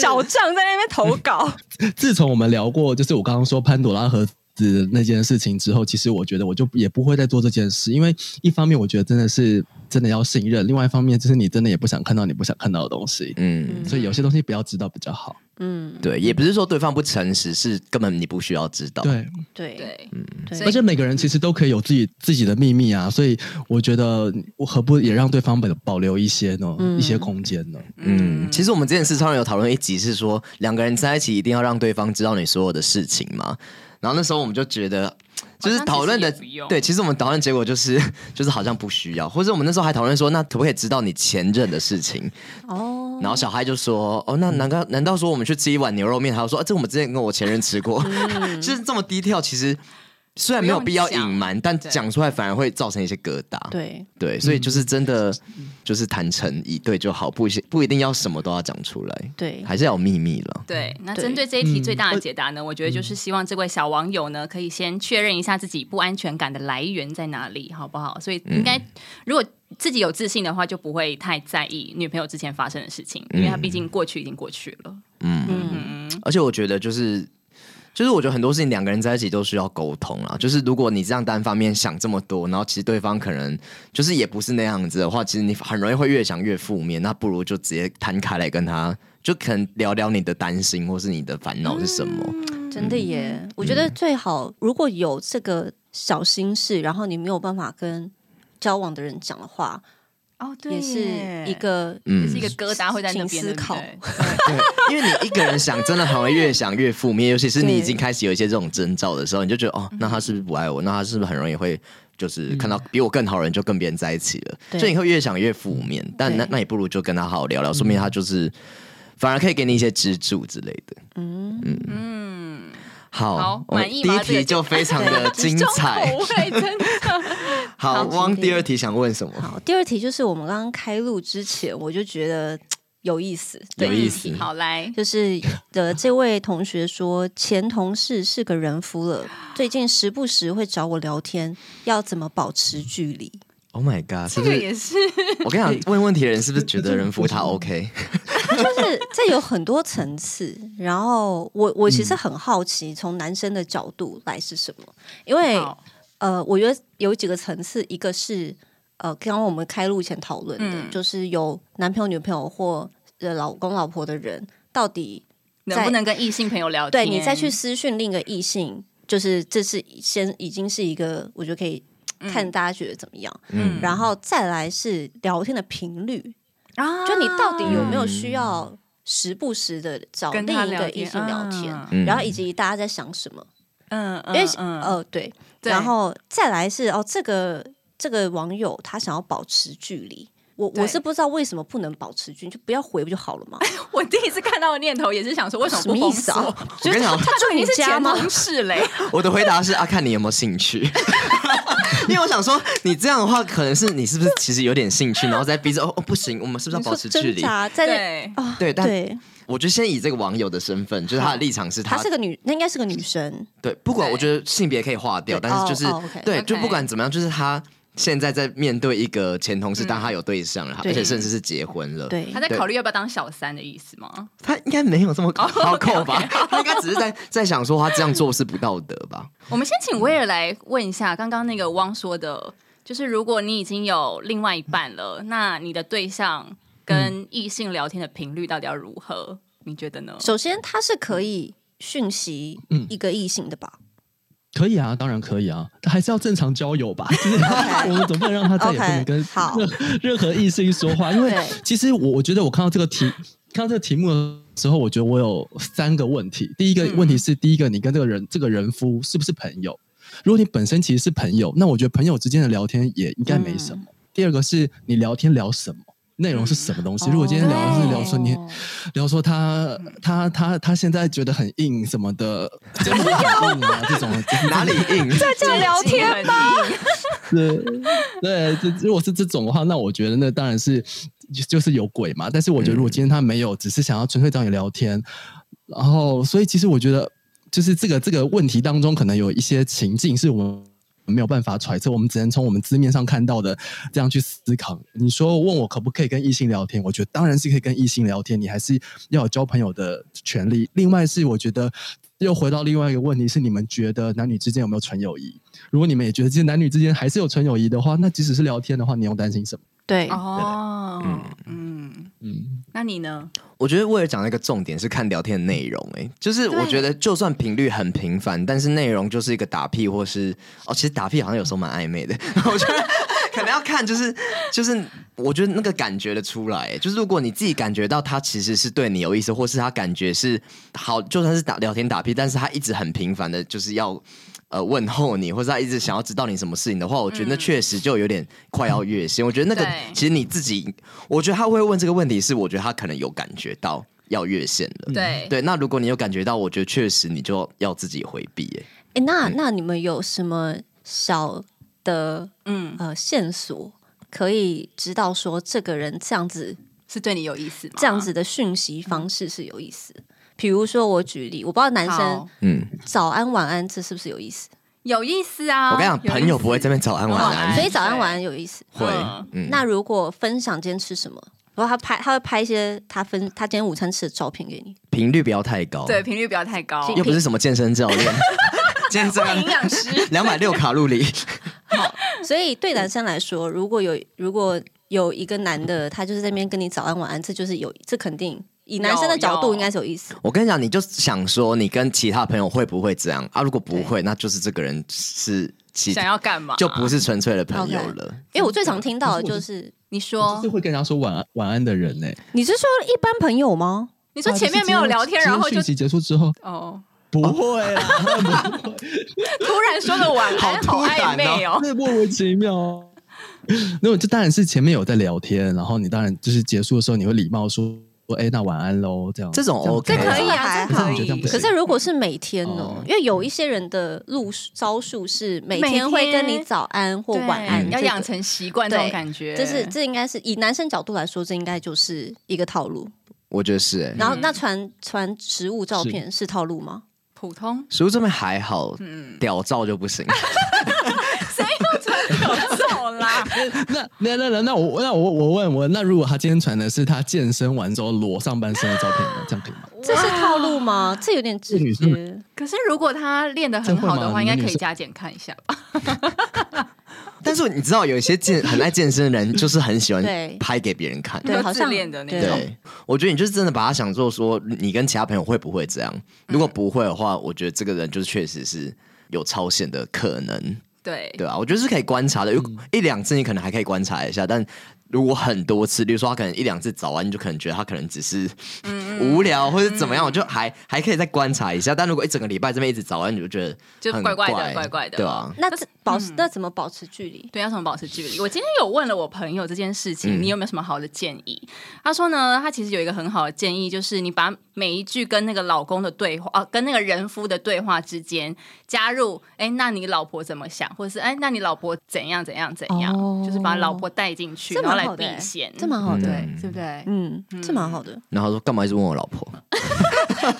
F: 小账在那边投稿，
D: 自从我们聊过，就是我刚刚说潘朵拉盒子那件事情之后，其实我觉得我就也不会再做这件事，因为一方面我觉得真的是真的要信任，另外一方面就是你真的也不想看到你不想看到的东西，
B: 嗯，
D: 所以有些东西不要知道比较好。
F: 嗯，
B: 对，也不是说对方不诚实，是根本你不需要知道。
D: 对，
F: <laughs> 对
E: 对，
F: 对
E: 所
D: 而
E: 以
D: 且每个人其实都可以有自己自己的秘密啊，所以我觉得我何不也让对方保保留一些呢，
F: 嗯
D: 一些空间呢？
B: 嗯，其实我们之前是超人有讨论一集是说，两个人在一起一定要让对方知道你所有的事情嘛。然后那时候我们就觉得，就是讨论的
E: 好像其实也不用
B: 对，其实我们讨论结果就是 <laughs> 就是好像不需要，或者我们那时候还讨论说，那可不可以知道你前任的事情？
F: 哦，
B: 然后小孩就说，哦，那
E: 嗯
B: 难道难道说我们去吃一碗牛肉面，还要说、啊、这我们之前跟我前任吃过， <laughs> 就是这么低调，其实。虽然没有必要
E: 嗯不
B: 隐
E: 用讲
B: 瞒，但
E: 对
B: 讲出来反而会造成一些疙瘩。
F: 对，
B: 对，所以就是
E: 嗯
B: 真的，就是坦诚以对就好，不一不一定要什么都要讲出来，
F: 对
B: 还是要有秘密了。
E: 对，那
F: 对
E: 针对这一题
D: 嗯
E: 最大的解答呢，我觉得
B: 嗯
E: 就是希望这位小网友呢，可以先确认一下自己不安全感的来源在哪里，好不好？所以
B: 嗯
E: 应该、如果自己有自信的话，就不会太在意女朋友之前发生的事情，因为她毕
B: 嗯
E: 竟过去已经过去了。嗯
B: 而且我觉得就是。就是我觉得很多事情两个人在一起都需要沟通啦。就是如果你这样单方面想这么多，然后其实对方可能就是也不是那样子的话，其实你很容易会越想越负面。那不如就直接摊开来跟他，就可能聊聊你的担心或是你的烦恼是什么。
F: 真的耶。嗯我觉得最好如果有这个小心事，然后你没有办法跟交往的人讲的话，
E: 哦，对
F: 也是一。个
B: 嗯
E: 也是一个疙瘩会在那边
F: 请思考
E: 对不对
B: 对，因为你一个人想，真的很容易越想越负面，尤其是你
F: 对
B: 已经开始有一些这种征兆的时候，你就觉得哦，那他是不是不爱我？那他是不是很容易会就是看到比我更好的人就跟别人在一起了？
F: 嗯对
B: 所以你会越想越负面。但那
F: 对嗯
B: 那也不如就跟他好好聊聊，说明他就是反而可以给你一些支柱之类的。
E: 嗯，
B: 好，
E: 好
B: 我们
E: 满意
B: 第
E: 吗
B: 一
E: 这
B: 题
E: 个
B: 就非常的精
E: 重
B: 彩
E: 口。味真的。
B: 好，
F: 好
B: 汪
F: 请
B: 第二题想问什么？
F: 好。第二题就是我们刚刚开录之前，我就觉得有意思，
B: <laughs> 有
E: 对
B: 意思
E: 好来，
F: 就是的，这位同学说，前同事是个人夫了，最近时不时会找我聊天，要怎么保持距离？ <laughs>
B: Oh my god！是
E: 这
B: 不
E: 个
B: 是
E: 也是
B: 我跟你讲，问问题的人是不是觉得人夫
F: <laughs>
B: 他 OK？
F: 就是这有很多层次。然后我我其实很好奇，从男生的角度来是什么？因为
E: 好
F: 呃，我觉得有几个层次，一个是呃，刚刚我们开录前讨论的，
E: 嗯
F: 就是有男朋友、女朋友或呃老公、老婆的人，到底
E: 能不能跟异性朋友聊天？
F: 对你再去私讯另一个异性，就是这是先已经是一个，我觉得可以看大家觉得怎么样，
E: 嗯
F: 然后再来是聊天的频率，
E: 啊
F: 就你到底有
B: 嗯
F: 没有需要时不时的找另
E: 跟他
F: 一
E: 聊
F: 个
E: 天
F: 异性聊天，
B: 嗯
F: 然后以及大家在想什么，
E: 嗯，嗯
F: 因为
E: 嗯
F: 呃对，
E: 对
F: 然后再来是哦这个这个网友他想要保持距离。我
E: 对
F: 我是不知道为什么不能保持距离，就不要回不就好
E: <laughs>
F: 了嘛？
E: 我第一次看到的念头也是想说，为什么
F: 什
E: 不
F: 么
E: 封
F: 意思
E: 锁？ <laughs>
F: 啊？就
B: 我跟你
F: 是他
B: 讲
F: 他
E: 就已
F: 住你
E: 经是
F: 家
E: 前
F: 吗？
E: 同事
F: <laughs>
E: 嘞，
B: 我的回答是啊，看你有没有兴趣。 <laughs> 因为我想说，你这样的话，可能是你是不是其实有点兴趣，然后再逼着哦哦不行，我们是不是
F: 你
B: 要保
F: 说
B: 持距
F: 挣
B: 离？
F: 扎在那
E: 对，
F: 啊？
B: 对但
F: 对，
B: 我觉得先以这个网友的身份，就是他的立场是
F: 她
B: 他
F: 是个女，那应该是个女生。
B: 对，不管
E: 对
B: 我觉得性别可以划掉，
F: 对
B: 但是就是、
F: 哦哦，OK
B: 对
E: OK
B: 就不管怎么样，就是他现在在面对一个前同事，但他有对象了，
F: 嗯对
B: 而且甚至是结婚了，
F: 对
E: 他在
B: 对
E: 考虑要不要当小三的意思吗？
B: 他应该没有这么
F: 哦
B: 高高
F: <laughs>
B: 扣吧？他应该只是在在想说他这样做是不道德
F: <laughs>
B: 吧？
E: 我们先请威尔来问一下，刚刚那个汪说的，就是如果你已经有另外一半了，那你的对象跟异性聊天的频率到底要如何？你觉得呢？
F: 首先，她是可以讯息一个异性的吧？
D: 可以啊，当然可以啊，还是要正常交友吧。就是 <laughs> 我们总不能让他再也不能
F: OK，
D: 跟
F: 好
D: 任 <laughs> 任何异性说话，因为
F: 对
D: 其实我我觉得我看到这个题，看到这个题目的时候，我觉得我有三个问题。第一
F: 嗯
D: 个问题是，第一个你跟这个人这个人夫是不是朋友？如果你本身其实是朋友，那我觉得朋友之间的聊天也应该没什
F: 嗯
D: 么。第二个是你聊天聊什么，内容是什么东西？如果今天聊的是聊说你
F: 哦
D: 聊说他他他他现在觉得很硬什
B: <laughs>
D: 么的，真的很硬啊这种就是
B: 哪里硬？
E: 这样聊天吗？
D: 对对，这如果是这种的话，那我觉得那当然是就就是有鬼嘛。但是我觉得如果今天他没有，只是想要纯粹找你聊天，然后所以其实我觉得就是这个这个问题当中，可能有一些情境是我们。没有办法揣测，我们只能从我们字面上看到的这样去思考。你说问我可不可以跟异性聊天？我觉得当然是可以跟异性聊天，你还是要有交朋友的权利。另外是我觉得又回到另外一个问题是，你们觉得男女之间有没有纯友谊？如果你们也觉得这男女之间还是有纯友谊的话，那即使是聊天的话，你用担心什么？
F: 对，
E: 哦，嗯，
D: 嗯，
E: 那你呢？
B: 我觉得为了讲那个重点是看聊天的内容、欸，就是我觉得就算频率很频繁，但是内容就是一个打屁或是哦，其实打屁好像有时候蛮暧昧的， <laughs> 我觉得。可能要看，就是就是，我觉得那个感觉的出来、欸就是如果你自己感觉到他其实是对你有意思，或是他感觉是好，就算是打聊天打屁，但是他一直很频繁的，就是要呃问候你，或是他一直想要知道你什么事情的话，我觉得那确实就有点快要越线。我觉得那个
E: 对
B: 其实你自己我觉得他会问这个问题，是我觉得他可能有感觉到要越线了。
F: 嗯
E: 对，
B: 对，那如果你有感觉到，我觉得确实你就要自己回避、耶。
F: 哎，那那你们有什么小的
E: 嗯，
F: 呃线索可以知道说这个人这样子
E: 是对你有意思吗？
F: 这样子的讯息
E: 嗯
F: 方式是有意思？比如说，我举例，我不知道男生
E: 好
B: 嗯，
F: 早安晚安这是不是有意思？
E: 有意思啊！
B: 我跟你讲，
E: 有意思
B: 朋友不会这边早安晚
E: 晚安
B: 安，
F: 所以早安晚安有意思。
B: 会，嗯，
F: 那如果分享今天吃什么，然后他拍他会拍一些他分他今天午餐吃的照片给你，
B: 频率不要太高，
E: 对，频率不要太高，
B: 又不是什么健身教
E: <laughs>
B: 练，健
E: 营
B: 身
E: 养师
B: 两百六卡路
E: <laughs>
B: 里，
F: 所以对男生来说，如果有如果有一个男的，他就是在那边跟你早安晚安，这就是有这肯定以男生的角
E: 有
F: 度应该是有意思。
B: 我跟你讲，你就想说你跟其他朋友会不会这样啊？如果不会，那就是这个人是其
E: 想要啊干嘛？
B: 就不是纯粹的朋友
F: OK
B: 了。
F: 因为我最常听到的
D: 可是
F: 就
D: 我
F: 是，
E: 你说
D: 就是会跟人家说晚安晚安的人呢、
F: 你是说一般朋友吗？
E: 你说前面没有聊天，然后
D: 就
E: 就
D: 是今天讯息结束之后
E: 哦，
D: 不会啊，
E: <laughs> 突然说的
D: <laughs>
E: 晚安，
B: 好
E: 好
B: 突然哦
D: 啊
E: 暧昧哦。
D: 那莫名其妙啊。 <laughs> 那我就当然是前面有在聊天，然后你当然就是结束的时候，你会礼貌说说哎、那晚安喽这样。
B: 这种 OK
E: 这
B: 啊
E: 可以啊，
F: 还
E: 这
F: 好
E: 可
D: 我觉得这样
E: 以。
D: 不
F: 可
D: 行
F: 是如果是每天呢
D: 哦？
F: 因为有一些人的路数招数是每
E: 每
F: 天会跟
E: 天
F: 你早安或
E: 对
F: 晚安，
E: 要
F: 这个
E: 养成习惯这
F: 对
E: 种感觉，
F: 这是这应该是以男生角度来说，这应该就是一个套路。
B: 我觉得是、欸。
F: 然
E: 嗯
F: 后那传传食物照片是套路吗？
E: 普 <laughs> 通。
B: 食物这边还好，
E: 嗯，
B: 屌照就不行。
E: 谁又传走啦？
D: 那那那那那我那我我问我那如果他今天传的是他健身完之后裸上半身的照片呢，这样可以吗？
F: 这是套路吗？这有点直
D: 这女
F: 接
D: 生。
E: 可是如果他练得很好的话，
D: 真会吗
E: 应该
D: 你们
E: 可以
D: 女生
E: 加减看一下吧。
B: 但是你知道，有一些健很爱健身的人，就是很喜欢
F: 对
B: 拍给别人看。
F: 对，好像
E: 自恋的那
F: 对
E: 种
B: 对，我觉得你就是真的把他
E: 嗯
B: 想做说，你跟其他朋友会不会这样？如果不会的话，我觉得这个人就是确实是有超限的可能，
E: 对
B: 对啊，我觉得是可以观察的，
E: 嗯
B: 如果一两次你可能还可以观察一下，但。如果很多次，例如说他可能一两次早安，你就可能觉得他可能只是
E: 嗯
B: 无聊或者怎么样，我就还还可以再观察一下。但如果一整个礼拜这边一直早安，你就觉得
E: 就
B: 很
E: 怪怪的
B: 怪
E: 怪怪的
B: 对啊，
F: 那这保
E: 嗯
F: 持那怎么保持距离？
E: 对，要怎么保持距离？我今天有问了我朋友这件事情，你有没有什么好的建议？他说呢，他其实有一个很好的建议，就是你把每一句跟那个老公的对话，啊，跟那个人夫的对话之间加入，哎，那你老婆怎么想，或者是哎，那你老婆怎样怎样怎样，
F: 哦
E: 就是把老婆带进去，
F: 这
E: 然后
F: 蛮
E: 来
F: 好的
E: 避
F: 欸，
E: 嫌，
F: 这蛮好的欸，
E: 对，对不对？
F: 嗯，这蛮好的。
B: 然后他说干嘛一直问我老婆？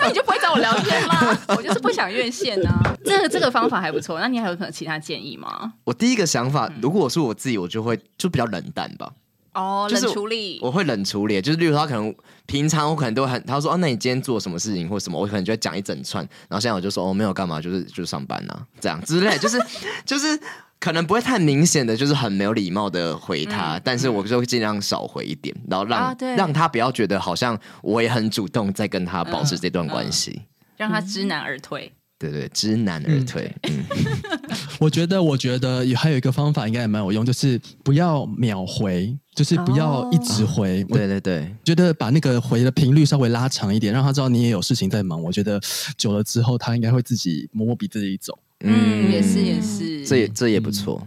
E: 那你就不会找我聊天吗？ <laughs> 我就是不想越线啊。 <laughs> 这个这个方法还不错，那你还有什么其他建议吗？
B: 我第一个想
E: 嗯
B: 法，如果是我自己，我就会就比较冷淡吧，
E: 哦，
B: 就是
E: 冷处理，
B: 我会冷处理。就是例如他可能平常我可能都很，他说哦，那你今天做什么事情或什么，我可能就会讲一整串，然后现在我就说哦，没有干嘛，就是就是上班呐、这样之类，就是 <laughs> 就是。可能不会太明显的，就是很没有礼貌的回他，但是我就会尽量少回一点，然后让、
E: 嗯啊对
B: 让他不要觉得好像我也很主动在跟他保持这段关系，
E: 让他知难而退。
B: 对对，知难而退，嗯，
D: 我觉得，我觉得也还有一个方法应该也蛮有用，就是不要秒回，就是不要一直回。我
B: 对对对，
D: 觉得把那个回的频率稍微拉长一点，让他知道你也有事情在忙。我觉得久了之后，他应该会自己摸摸鼻子自己走。
E: 嗯，也是也是，
B: 这也这也不错，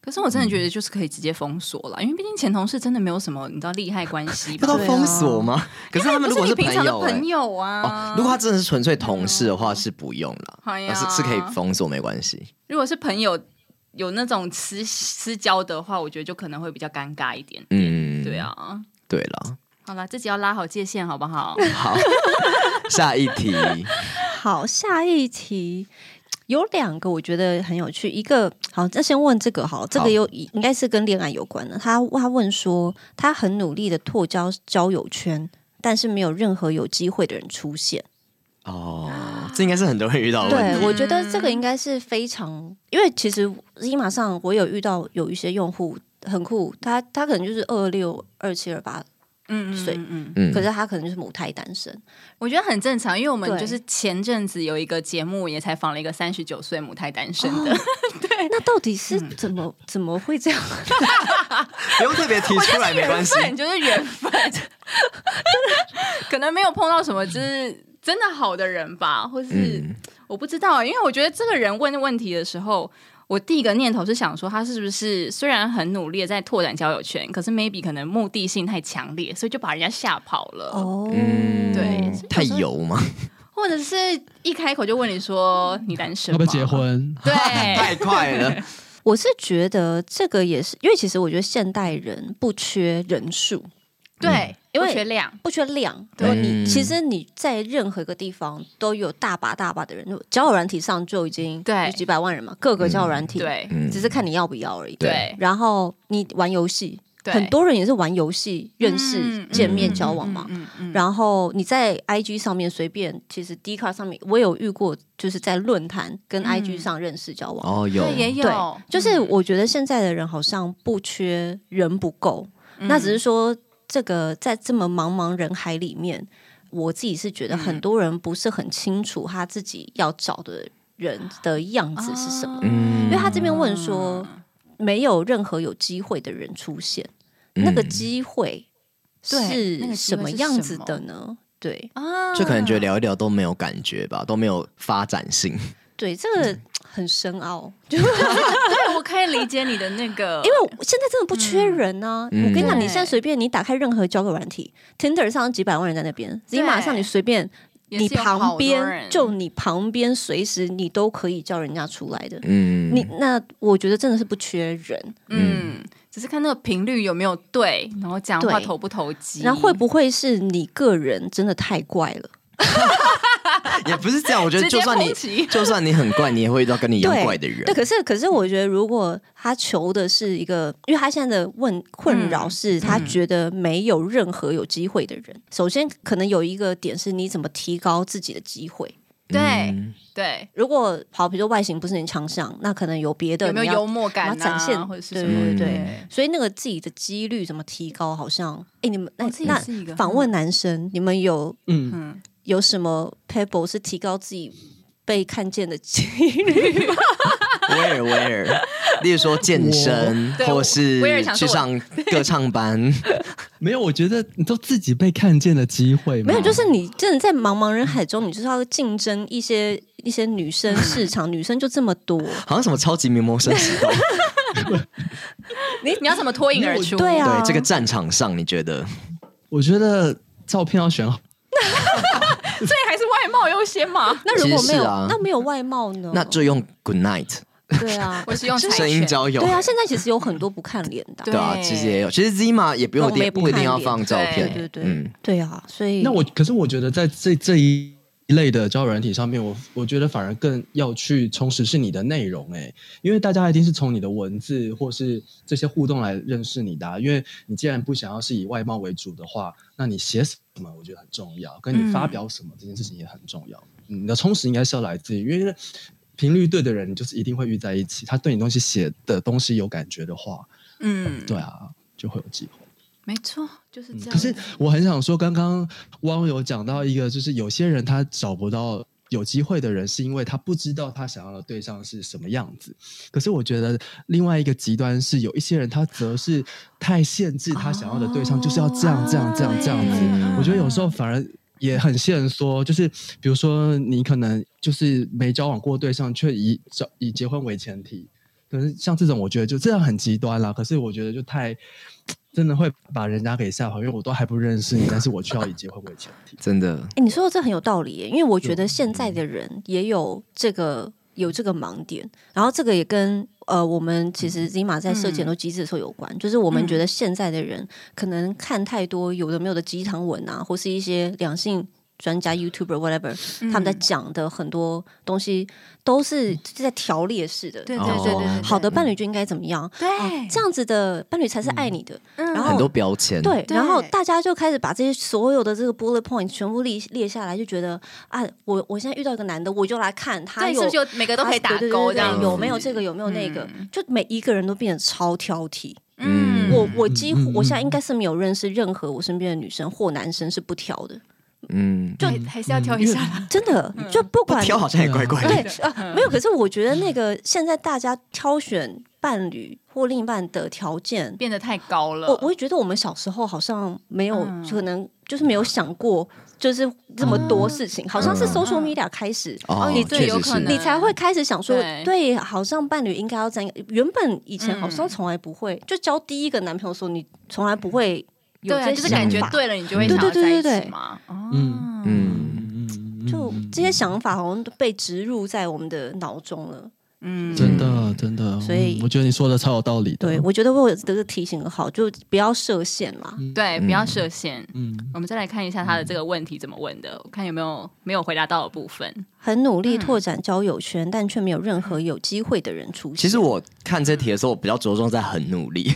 E: 可是我真的觉得就是可以直接封锁了，因为毕竟前同事真的没有什么你知道利害关系
B: <laughs>
E: 吧
B: 要？到
F: 对啊
B: 封锁吗？可是他们如
E: 不
B: 果
E: 是你
B: 朋
E: 平常的
B: 友、欸
E: 朋友啊，
B: 哦，如果他真的是纯粹同事的话，是不用了，
E: 哎呀
B: 啊是是可以封锁没关系。
E: 如果是朋友有那种私私交的话，我觉得就可能会比较尴尬一点。
B: 嗯，
E: 对，啊，
B: 对了，
E: 好啦，自己要拉好界限，好不好？嗯
B: 好， <laughs> 下一题，
F: 好，下一题有两个我觉得很有趣，一个好，那先问这个好了，这
B: 好
F: 个有应该是跟恋爱有关的。他他问说，他很努力的拓交交友圈，但是没有任何有机会的人出现。
B: 哦，这应该是很多人遇到的问
F: 对，
B: 题。
F: 我觉得这
E: 嗯
F: 个应该是非常，因为其实立马上我有遇到有一些用户很酷，他他可能就是二六二七二八，
E: 嗯
F: 所以
E: 嗯嗯，
B: 嗯
F: 可是他可能就是母胎单身。
E: 我觉得很正常，因为我们
F: 对
E: 就是前阵子有一个节目也采访了一个三十九岁母胎单身的，
B: 哦
F: 那到底是
E: 嗯
F: 怎么、怎么会这样？
B: 不用特别提出来没关系。
E: <laughs> 缘分就是缘分，可能没有碰到什么就是真的好的人吧，或是、
B: 嗯，
E: 我不知道，因为我觉得这个人问问题的时候，我第一个念头是想说，他是不是虽然很努力的在拓展交友圈，可是 maybe 可能目的性太强烈，所以就把人家吓跑了，
F: <laughs> 哦，
B: 嗯
E: 对
B: 太油吗？
E: 或者是一开口就问你说你单身
D: 要不
E: 吗？
D: 要结？婚？
F: <laughs>
E: 对
B: 太快了。
F: 我是觉得这个也是，因为其实我觉得现代人不缺人数，
E: 对，因
F: 因为
E: 为学量。
F: 不缺嗯量。
B: 对
F: 对你，
B: 嗯
F: 其实你在任何一个地方都有大把大把的人，交友软体上就已经
E: 对
F: 有几百万人嘛，各个交友软体，，
E: 对
B: 嗯
F: 只是看你要不要而已。
E: 对
F: 然后你玩游戏，
E: 对，
F: 很多人也是玩游戏认识、
E: 嗯
F: 见面、
E: 嗯
F: 交往嘛。
E: 嗯嗯嗯
F: 然后你在 IG 上面随便，其实 d 卡上面我有遇过，就是在论坛跟
E: 嗯
F: IG 上认识交往。
B: 哦，有
E: 对也有
F: 对，，就是我觉得现在的人好像不缺人不够，
E: 嗯
F: 那只是说这个在这么茫茫人海里面，我自己是觉得
E: 嗯
F: 很多人不是很清楚他自己要找的人的样子是什
E: 啊
F: 么，因
B: 嗯
F: 为他这边问说没有任何有机会的人出现，那个机会
E: 嗯对那个机会
F: 是
E: 是
F: 什么样子的呢？对
E: 啊
B: 就可能觉得聊一聊都没有感觉吧，都没有发展性。
F: 对，这
E: 嗯
F: 个很深奥，
E: <laughs> 对，我可以理解你的那个，
F: 因为我现在真的不缺人呢、
B: 嗯
F: 我跟你讲，
E: 对
F: 你现在随便你打开任何交友软体，Tinder 上几百万人在那边
E: 对
F: ，Zima 上你随便，
E: 也是
F: 你
E: 有好多
F: 旁边
E: 人
F: 就你旁边，随时你都可以叫人家出来的。
B: 嗯，
F: 你那我觉得真的是不缺人，
E: 嗯，只是看那个频率有没有对，然后讲话
F: 对
E: 投不投机，
F: 然后会不会是你个人真的太怪了？
B: <laughs> 也不是这样，我觉得
E: 直接
B: 就算
E: 抨
B: 你
E: 击
B: 就算你很怪，你也会遇到跟你一样
F: 对
B: 怪的人。
F: 对，可是可是我觉得，如果他求的是一个，因为他现在的问困扰
E: 嗯
F: 是他觉得没有任何有机会的人。首先，可能有一个点是你怎么提高自己的机会。
E: 对
B: 嗯
E: 对，
F: 如果好，比如说外形不是你强项，那可能有别的
E: 有没
F: 你
E: 有
F: 要
E: 幽默感啊，
F: 你要展现
E: 或者是
F: 对
E: 什么
F: 对
E: 的
F: 对，所以那个自己的几率怎么提高，好像哎，你们那
E: 哦这也
F: 那
E: 是一个
F: 访问男生，你们有
D: 嗯，
E: 嗯，
F: 有什么 pebble 是提高自己被看见的几率吧。
B: 威尔威尔，例如说健身，
E: 对
B: 或是
E: 威尔想说
B: 去
E: 我
B: 上歌唱班， <laughs>
D: 没有，我觉得你都自己被看见的机会嘛
F: 没有，就是你真的在茫茫人海中，你就是要竞争一些一些女生市 <laughs> 场，女生就这么多，
B: 好像什么超级名模生死斗。
E: 你你要怎么脱颖而出？
F: 对啊
B: 对，这个战场上你觉得？
D: 我觉得照片要选好。
E: 所以还是外貌优先嘛。
F: 那如果
B: 其实
F: 没
B: 是
F: 有，
B: 啊
F: 那没有外貌呢？
B: 那就用 Good Night
F: 对啊，
E: 我是用柴
B: 声音
E: 犬
B: 交友
F: 对。啊，现在其实 <laughs> 有很多不看脸 <laughs> 的啊、
E: 对
B: 对啊，其实也有，其实 Zima 也不用
F: 我们也不
B: 不一定
F: 看
B: 要
F: 脸
B: 放照片，
F: 对对对，
B: 嗯，
F: 对啊，所以
D: 那我可是我觉得在这这一类的交友软体上面，我我觉得反而更要去充实是你的内容哎、因为大家一定是从你的文字或是这些互动来认识你的、啊，因为你既然不想要是以外貌为主的话，那你写什么我觉得很重要，跟你发表什么这件事情也很重要。嗯你的充实应该是要来自于，因为频率对的人，你就是一定会遇在一起。他对你东西写的东西有感觉的话，
E: 嗯，
D: 对啊，就会有机会。
E: 没错，就是这样。
D: 嗯可是我很想说，刚刚汪有讲到一个，就是有些人他找不到有机会的人，是因为他不知道他想要的对象是什么样子。可是我觉得另外一个极端是，有一些人他则是太限制他想要的对象，就是要这样、这样、这样、这样子。
E: 嗯
D: 我觉得有时候反而也很限缩，就是比如说你可能就是没交往过对象，却以找以结婚为前提。可是像这种，我觉得就这样很极端啦。可是我觉得就太真的会把人家给吓跑，因为我都还不认识你，但是我却要以结婚为前提。
B: 真的，
F: 哎、你说的这很有道理耶，因为我觉得现在的人也有这个有这个盲点，然后这个也跟呃我们其实 Zima 在设计很多机制的时候有关，就是我们觉得现在的人可能看太多有的没有的鸡汤文啊，或是一些两性。专家、YouTuber、whatever，他们
E: 嗯
F: 在讲的很多东西都是在条列式的。哦
E: 对对对对对对，哎
F: 好的伴侣就应该怎么样？
E: 对
F: 啊这样子的伴侣才是爱你的。
E: 嗯
F: 然后
B: 很多标签，
F: 对，然后
E: 对
F: 大家就开始把这些所有的这个 bullet point 全部列列下来，就觉得啊，我我现在遇到一个男的，我就来看他
E: 对，是
F: 有
E: 不是就每个都可以
F: 他
E: 打
F: 对对对
E: 勾
F: 对
E: 这样子？嗯
F: 有没有这个，有没有那个，就每一个人都变得超挑剔。
B: 嗯
F: 我我几乎
D: 嗯嗯
F: 我现在应该是没有认识任何我身边的女生或男生是不挑的，
B: 嗯，
E: 就还是要挑一下啦。 <laughs>
F: 真的
E: 嗯
F: 就不管
B: 挑好像也怪怪的，
F: 嗯对啊， <laughs> 没有。可是我觉得那个现在大家挑选伴侣或另一半的条件
E: 变得太高了。
F: 我我也觉得我们小时候好像没有，
E: 嗯
F: 可能就是没有想过，就是这么多事情，
E: 嗯
F: 好像是 social media 开始，
B: 哦
F: 你
B: 这
F: 自己
B: 有
F: 有
B: 可能
F: 你才会开始想说，
E: 对
F: 对，好像伴侣应该要这样。原本以前好像从来不会，就交第一个男朋友的时候，你从来不会有
E: 对啊，
F: 这
E: 就是
F: 些
E: 感
F: 想
E: 觉
F: 法。
E: 对了，你就会
F: 对
E: 想
F: 对
E: 要
F: 对
E: 在一
F: 对对
E: 起嘛。哦，
D: 嗯
B: 嗯，
F: 就这些想法好像都被植入在我们的脑中了。
E: 嗯，
D: 真的真的，
F: 所以
D: 嗯我觉得你说的超有道理的。
B: 嗯
F: 对，我觉得我有这个提醒很好，就不要设限啦。
E: 对，不要设限。
D: 嗯，
E: 我们再来看一下他的这个问题怎么问的，我看有没有没有回答到的部分。
F: 很努力
B: 嗯
F: 拓展交友圈，但却没有任何有机会的人出现。
B: 其实我看这题的时候，我比较着重在很努
E: <laughs>
B: 力，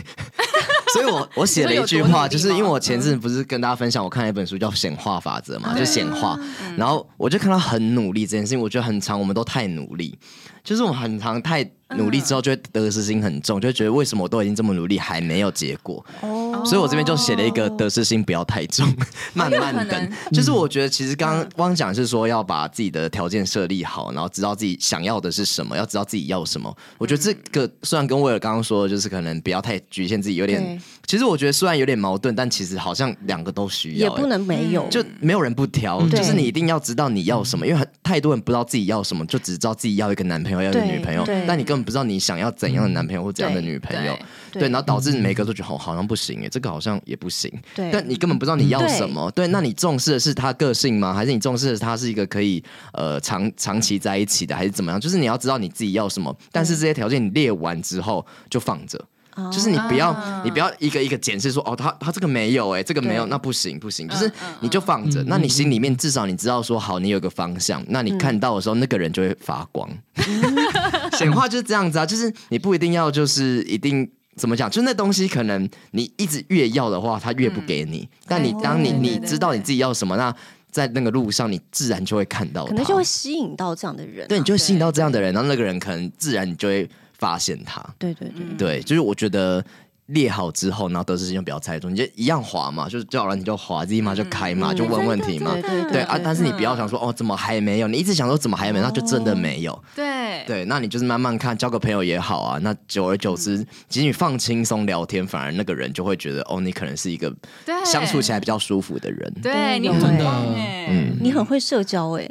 B: 所以我我写了一句
E: 你说有多努
B: 话，
E: 力
B: 就是因为
E: 吗
B: 我前阵子不是跟大家分享，我看了一本书叫《显化法则》
E: 嗯
B: 嘛，就显化，然后我就看到很努力这件事情，我觉得很长，我们都太努力，就是我们很长太努力之后，就会得失心很重，就会觉得为什么我都已经这么努力还没有结果，
E: 哦
B: 所以我这边就写了一个得失心不要太重，慢慢
E: 有可嗯
B: 等。就是我觉得其实刚刚汪讲是说要把自己的条件设立好，然后知道自己想要的是什么，要知道自己要什么。我觉得这个虽然跟威尔刚刚说的，就是可能不要太局限自己，有点
F: 对。
B: 其实我觉得虽然有点矛盾，但其实好像两个都需要、
F: 也不
B: 欸
F: 能没有，
B: 就没有人不挑，
D: 嗯
B: 就是
F: 对
B: 你一定要知道你要什么，因为很太多人不知道自己要什么，就只知道自己要一个男朋友，要一个
F: 对
B: 女朋友
F: 对，
B: 但你根本不知道你想要怎样的男朋友或怎样的
F: 对
B: 女朋友
E: 对。
F: 对
B: 对，然后导致每个都觉得好，好像不行欸耶，这个好像也不行。
F: 对
B: 但你根本不知道你要什么。对，那你重视的是他个性吗？还是你重视的是他是一个可以呃长长期在一起的，还是怎么样？就是你要知道你自己要什么。但是这些条件你列完之后就放着。就是你不要，你不要一个一个检视说，哦，他他这个没有、欸，哎，这个没有，
F: 对
B: 那不行不行，就是你就放着。那你心里面至少你知道说，好，你有个方向，那你看到的时候，那个人就会发光。 <laughs> 显化就是这样子啊，就是你不一定要，就是一定怎么讲，就那东西可能你一直越要的话，他越不给你。但你当你
E: 对对
B: 你
E: 对
B: 知道你自己要什么，那在那个路上，你自然就会看到它，
F: 可能就会吸引到这样的人啊、
B: 对，你就会吸引到这样的人，然后那个人可能自然你就会发现他。
F: 对对对，
B: 对，就是我觉得列好之后，然后得失心就不要太重，你就一样滑嘛，就是叫人你就滑，立马就开嘛，就问问题嘛
F: 对。对
B: 对啊，但是你不要想说哦，怎么还没有？你一直想说怎么还没有，那就真的没有。
E: 对
B: 对，那你就是慢慢看，交个朋友也好啊。那久而久
F: 嗯
B: 之，其实你放轻松聊天，反而那个人就会觉得哦，你可能是一个
E: 对
B: 相处起来比较舒服的人。
E: 对你
F: 有
E: 很
F: 欸
E: 棒哎、
B: 嗯，
F: 你很会社交哎、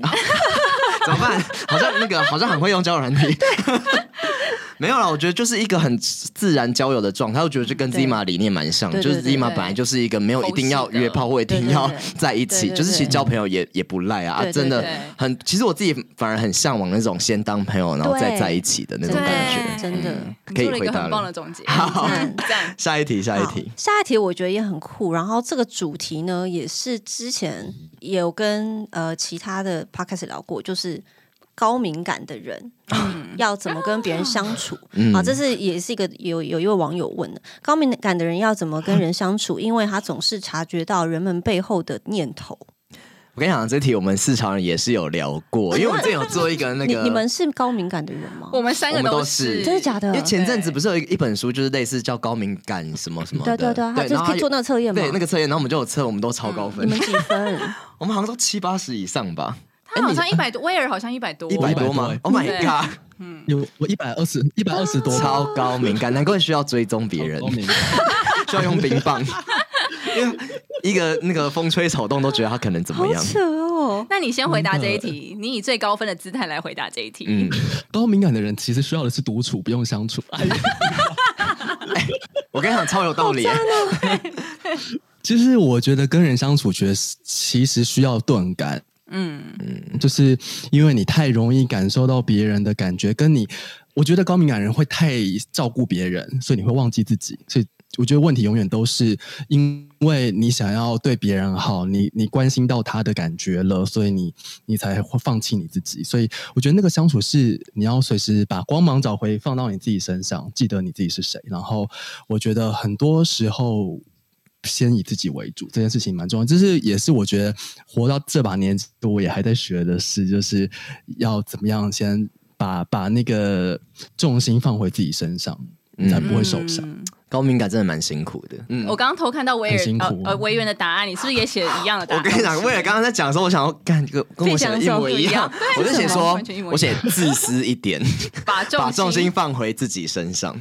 B: 怎么办？好像那个好像很会用交友软体。 <laughs> 没有啦，我觉得就是一个很自然交友的状态，我觉得就跟 Zima 理念蛮像，
F: 对
B: 就是 Zima 本来就是一个没有一定要约炮或一定要
F: 对对对
B: 在一起，
F: 对对对
B: 就是其实交朋友也也不赖啊，啊
F: 对对
B: 真的
E: 对
B: 很，其实我自己反而很向往那种先当朋友然后再
F: 对
B: 在一起的那种
F: 真的
B: 感觉。
E: 觉
F: 真的。
E: 你
B: 可以
E: 做了一
B: 回
E: 个
B: 答
E: 很棒
B: 了
E: 的。总结，
B: 好
E: 赞赞，
B: 下一题，下一题
F: 好，下一题我觉得也很酷。然后这个主题呢，也是之前
B: 嗯
F: 也有跟呃其他的 podcast 聊过，就是高敏感的人、要怎么跟别人相处。
B: <laughs> 嗯
F: 啊，这是也是一个有有一位网友问的，高敏感的人要怎么跟人相处？因为他总是察觉到人们背后的念头。
B: 我跟你讲，这题我们市场人也是有聊
F: <laughs>
B: 过，因为我之前有做一个那个，
F: 你你们是高敏感的人吗？
E: 我们三
B: 我
E: 个
B: 们都
E: 是
B: 是
F: 真的假的
B: 因为？前阵子不是有一一本书，就是类似叫高敏感什么什么
F: 对
B: 的，
F: 对对啊，他
B: 然
F: 就是
B: 后
F: 可以做那个测验吗？
B: 对那个测验，然后我们就有测，我们都超高分
F: 你，们几分？
B: <laughs> 我们好像都七八十以上吧，
E: 他哎好像一百多，威尔好像一百多，
B: 哎一百多
D: 100
B: 吗
D: 多
B: ？Oh my
E: 对
B: god，
D: 有我一百二十一百二十多吧，
B: 超高敏感，难怪需要追踪别人
D: 高，敏感
B: 需要用冰棒，因为一个那个风吹草动都觉得他可能怎么
F: 好
B: 样。
F: 扯哦！
E: 那你先回答这一题，你以最高分的姿态来回答这一题。
B: 嗯，
D: <laughs> 高敏感的人其实需要的是独处，不用相 <laughs> 处。哎呀
B: 我跟你讲，超有道理。
F: 哦
D: 其实我觉得跟人相处，觉得是其实需要钝感，
E: 嗯，
D: 就是因为你太容易感受到别人的感觉，跟你，我觉得高敏感人会太照顾别人，所以你会忘记自己，所以。我觉得问题永远都是因为你想要对别人好，你你关心到他的感觉了，所以你你才会放弃你自己。所以我觉得那个相处是你要随时把光芒找回，放到你自己身上，记得你自己是谁。然后我觉得很多时候先以自己为主，这件事情蛮重要。这是也是我觉得活到这把年纪，我也还在学的事，就是要怎么样先把把那个重心放回自己身上，
B: 嗯
D: 才不会受伤。
E: 嗯
B: 高敏感真的蛮辛苦的。嗯，
E: 我刚刚偷看到威尔
D: 很辛苦
E: 呃呃维园的答案，你是不是也写一样的答
B: 啊我
E: 案？
B: 跟你
E: <laughs>
B: 讲，为了刚刚在讲的时候，我想要干跟跟我写的一模一样
E: 非常，
B: 我就写说
E: 完全一模一样
B: 我写自私一点，
E: <laughs> 把重
B: 把重心放回自己身上。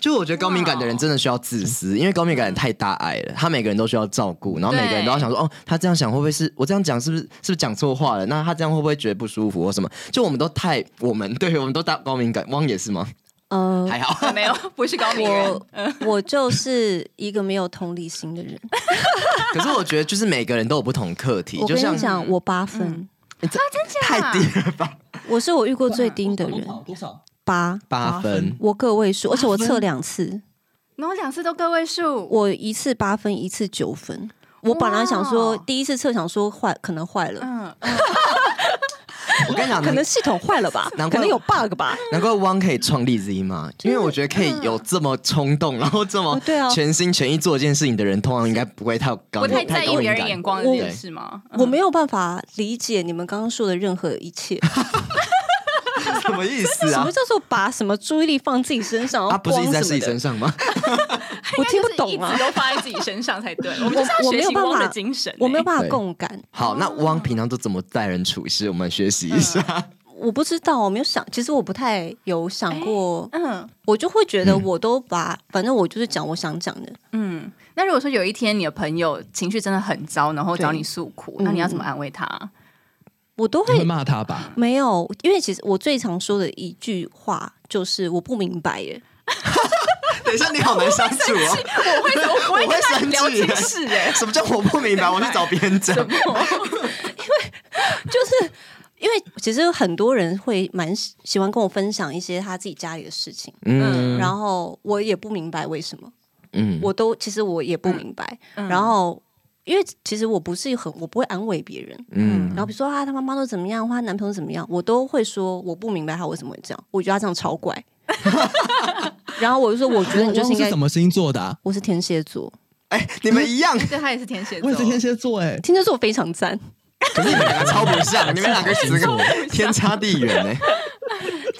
B: 就我觉得高敏感的人真的需要自私，因为高敏感人太大爱了，他每个人都需要照顾，然后
E: 对
B: 每个人都要想说，哦，他这样想会不会是我这样讲是不是是不是讲错话了？那他这样会不会觉得不舒服或什么？就我们都太我们对我们都大高敏感，汪也是
E: <laughs>
B: 吗？
F: 呃，
B: 还好，
E: 没有， <laughs> 不是高敏人。
F: 我我 <laughs> 就是一个没有同理心的人。
B: 可是我觉得就是每个人都有不同课题，
F: 我
B: 就
F: 跟
B: 像
F: 你讲，我八分，
B: 欸这太低了吧，
F: 我是我遇过最低的人，
D: 多少？
F: 八，
B: 八分。
F: 我个位数，而且我测两次，
E: 然后两次都个位数，
F: 我一次八分，一次九分。我本来想说，第一次测想说坏，可能坏了，
E: 嗯，
B: 我跟你讲，
F: 嗯可能系统坏了吧，
B: 难
F: 可
B: 怪
F: 能有 bug 吧。
B: 难怪汪可以创立 Z 嘛，因为我觉得可以有这么冲动，然后这么
F: 哦对啊
B: 全心全意做一件事情的人，通常应该不会太高，
E: 不太在
B: 高
E: 意
B: 敏
E: 别人
B: 感
E: 眼光的这件事吗？
F: <laughs> 我没有办法理解你们刚刚说的任何一切，
B: <laughs> 什么意思
F: <laughs> 什
B: 啊
F: 么？叫做把什么注意力放自己身上？
B: 他不是一直在
F: 光
B: 自
F: 什
B: 己
F: 么的
B: 身上吗？
F: 我听不
E: 应该就是一
F: 懂啊
E: 直，都放在自己身上才
F: <laughs>
E: 对。我们就是
F: 我
E: 要
F: 我没
E: 学
F: 有
E: 习
F: 办
E: 汪的
F: 法
E: 精神欸，
F: 我没有办法
B: 对
F: 共感。
B: 好，
F: 嗯
B: 那汪平常都怎么待人处事？我们学习一下。
F: 我不知道，我没有想，其实我不太有想过，
E: 嗯
F: 我就会觉得我都把，反正我就是讲我想讲的，
E: 嗯。那如果说有一天你的朋友情绪真的很糟，然后找
F: 对嗯
E: 你诉苦，那你要怎么安慰他？
F: 我都
D: 你会
F: 会
D: 骂他吧？
F: 没有，因为其实我最常说的一句话就是我不明白耶，
B: <laughs>
F: <laughs>
B: 等一下，你好难相处哦。
E: 我会，我不会
B: 我会
E: 跟他
B: 生
E: 聊
B: 气
E: 心事
F: 欸
E: 哎、
B: <laughs> 什么叫我不明白？我去找别人
F: <laughs>
B: 讲。
F: 就是因为其实很多人会蛮喜喜欢跟我分享一些他自己家里的事情，
B: 嗯
F: 然后我也不明白为什么，
B: 嗯，
F: 我都其实我也不明白，然后。因为其实我不是很，我不会安慰别人，嗯，然后比如说啊，她妈妈都怎么样，或她男朋友怎么样，我都会说我不明白她为什么会这样，我觉得她这样超怪，然后我就说我觉得你就是应
D: 汪
F: 该
D: 是什，么星座的、啊？
F: 我是天蝎座，
B: 哎，你们一样。
F: <laughs>
E: 对他也是天蝎座，
D: 我也是天蝎座哎、
F: 天蝎座非常赞，
B: 可是你们两个超不
F: <laughs>
B: 像，你们两个十
D: 星座
B: 个天差地远哎。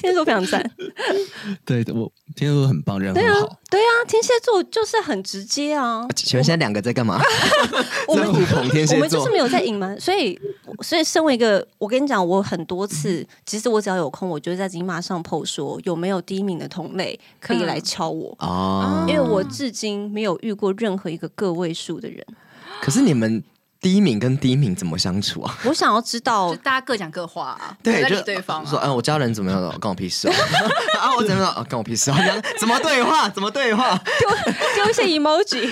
F: 天蝎座非常赞，
D: 对我天蝎座很棒，人
F: 对
D: 很
F: 啊
D: 好。，
F: 对啊，天蝎座就是很直接啊。
B: 请问现在两个在干嘛？
F: 我们
B: 在互捧天
F: 我
B: 蝎
F: 们就
B: 座
F: 是没有在隐瞒，所以所以身为一个，我跟你讲，我很多次，其实我只要有空，我就会在金马上 PO 说有没有第一名的同类可以来敲我，
B: 哦。
F: 因为我至今没有遇过任何一个个位数的人，
B: 可是你们第一名跟第一名怎么相处
E: <laughs>
B: 啊？
F: 我想要知道
E: 就。大家各讲各话啊，不
B: 对，
E: 在
B: 就
E: 理对方
B: 说，
E: 啊。
B: 嗯，我家人怎么样了，关我屁事啊！ <laughs> 啊，我怎么样了，啊关我屁事啊！这样 <laughs> 怎么对话？怎么对话？ <laughs>
F: 丢一 <laughs> 些 emoji，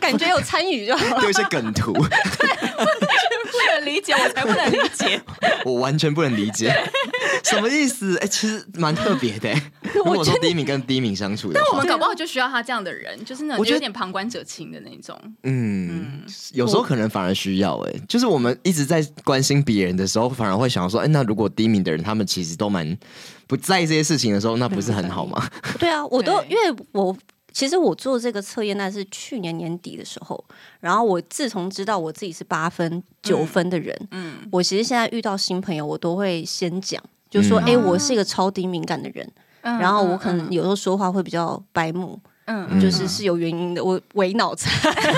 F: 感觉有参与就好了。
B: 丢一些梗图， <laughs>
E: 不能理解，我才不能理解。
B: 我完全不能理解什么意思。哎、其实蛮特别
E: <laughs>
B: 的、如果说第一名跟第一名相处的
E: <laughs> 我
B: 话
E: 们，搞不好就需要他这样的人，就是那
B: 我
E: 种
B: 觉得
E: 有点旁观者清的那种。
B: 嗯，有时候可能反而需要、哎，就是我们一直在关心别人的时候，反而会想说，哎、那如果第一名的人他们其实都蛮不在意这些事情的时候，那不是很好吗？
F: 对啊，我都
E: 对
F: 因为我其实我做这个测验那是去年年底的时候，然后我自从知道我自己是八分九分的人，
E: 嗯，
F: 我其实现在遇到新朋友，我都会先讲，就说
B: 嗯
F: 哎、诶我是一个超低敏感的人，然后我可能有时候说话会比较白目，
E: 嗯
F: 就是是有原因的，我为脑残。 <laughs>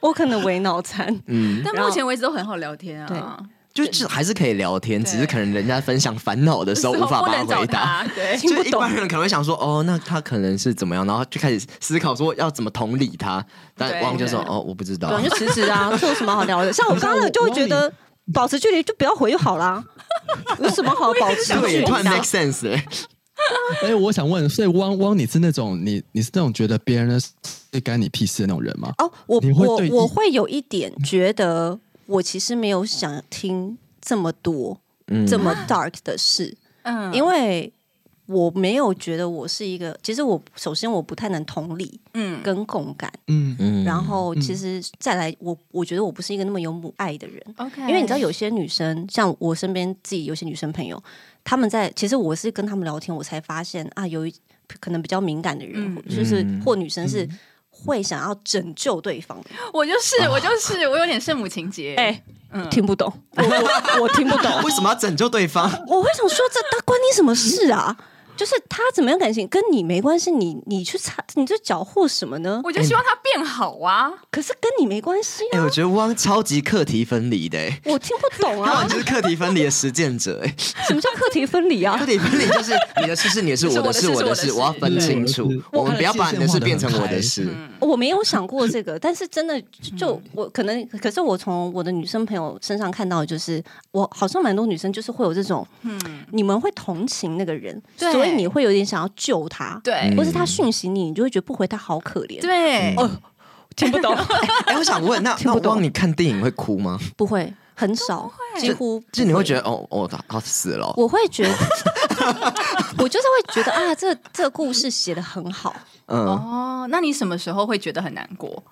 F: 我可能为脑残，
B: 嗯，
E: 但
F: 然后
E: 目前为止都很好聊天啊，
B: 就是还是可以聊天，
E: 对
B: 只是可能人家分享烦恼的时
E: <laughs>
B: 候无法
E: 不
B: 帮
E: 能
B: 他
E: 找
B: 回答。
E: 他，
F: <laughs>
E: 对，
B: 就
F: 听不
B: 是一
F: 懂
B: 般人可能会想说，哦，那他可能是怎么样，然后就开始思考说要怎么同理他，但
E: 对
B: 王就说，
E: 对
B: 哦，我不知道
F: 对，啊，就辞职
D: <laughs>
F: 啊，这有什么好聊的？像我刚刚的就会觉得保持距离就不要回就好
D: <laughs>
F: 啦，有什么好保持
B: 对，
F: 距
B: 突然
F: 离的
B: make？sense，欸
D: 哎，我想问，所以汪汪，你是那种你你是那种觉得别人的事干你屁事的那种人吗？
F: 哦，我
D: 你会
F: 我
D: 对
F: 我
D: 意
F: 会有一点觉得，我其实没有想听这么多
B: 嗯
F: 这么 dark 的事，
E: 嗯
F: 因
E: 为
F: 为我没有觉得我是一个。其实我首先我不太能同理
E: 嗯
F: 跟共感，
D: 嗯，
B: 嗯
F: 然后
D: 嗯
F: 其实再来，我我觉得我不是一个那么有母爱的人。
E: ，OK，
F: 因为你知道，有些女生，像我身边自己有些女生朋友，她们在其实我是跟她们聊天，我才发现啊，有一可能比较敏感的人，
E: 嗯
F: 就是
B: 嗯
F: 或女生是会想要拯救对方的。
E: 我就是我就是我有点圣母情节，
F: 啊哎、听不懂，我我我听不懂，
B: 哦为什么要拯救对方？
F: <laughs> 我会想说这他关你什么事啊？就是他怎么样感情跟你没关系，你你去查，你就搅和什么呢？
E: 我就希望他变好啊。
F: 可是跟你没关系
B: 哎、
F: 啊，
B: 我觉得汪超级课题分离的、欸，
F: 我听不懂
B: 他
F: 啊
B: 完，全是课题分离的实践者、欸，
F: 什么叫课题分离啊
B: 课？题分离就是你的事是你的事，
E: 是
B: 我的
E: 我的
B: 事
E: 事
B: 我
E: 是我
B: 的
E: 的
B: 事，
E: 事
B: 我要分清楚
D: 对，
B: 我们不要把你的事
D: 我
B: 变成我的事。
E: 嗯
F: 我没有想
E: <laughs>
F: 过这个，但是真的就我可能，可是我从我的女生朋友身上看到，的就是我好像蛮多女生就是会有这种，
E: 嗯，
F: 你们会同情那个人，
E: 对
F: 所以你会有点想要救他，
E: 对
F: 或是他讯息你，你就会觉得不回他好可怜，
B: 嗯
E: 对，
F: 哦，听不懂，
B: 哎、我想问，那
F: 听
B: 那
F: 不懂
B: 汪，你看电影会哭吗？
F: 不会，很少， <laughs> 几乎
B: 就是你会觉
F: 得。
B: 得，哦，哦，他他死了哦、
F: 我会觉得， <laughs> 我就是会觉得啊，这这故事写的很好，
B: 嗯，
E: <laughs> 哦，那你什么时候会觉得很难过？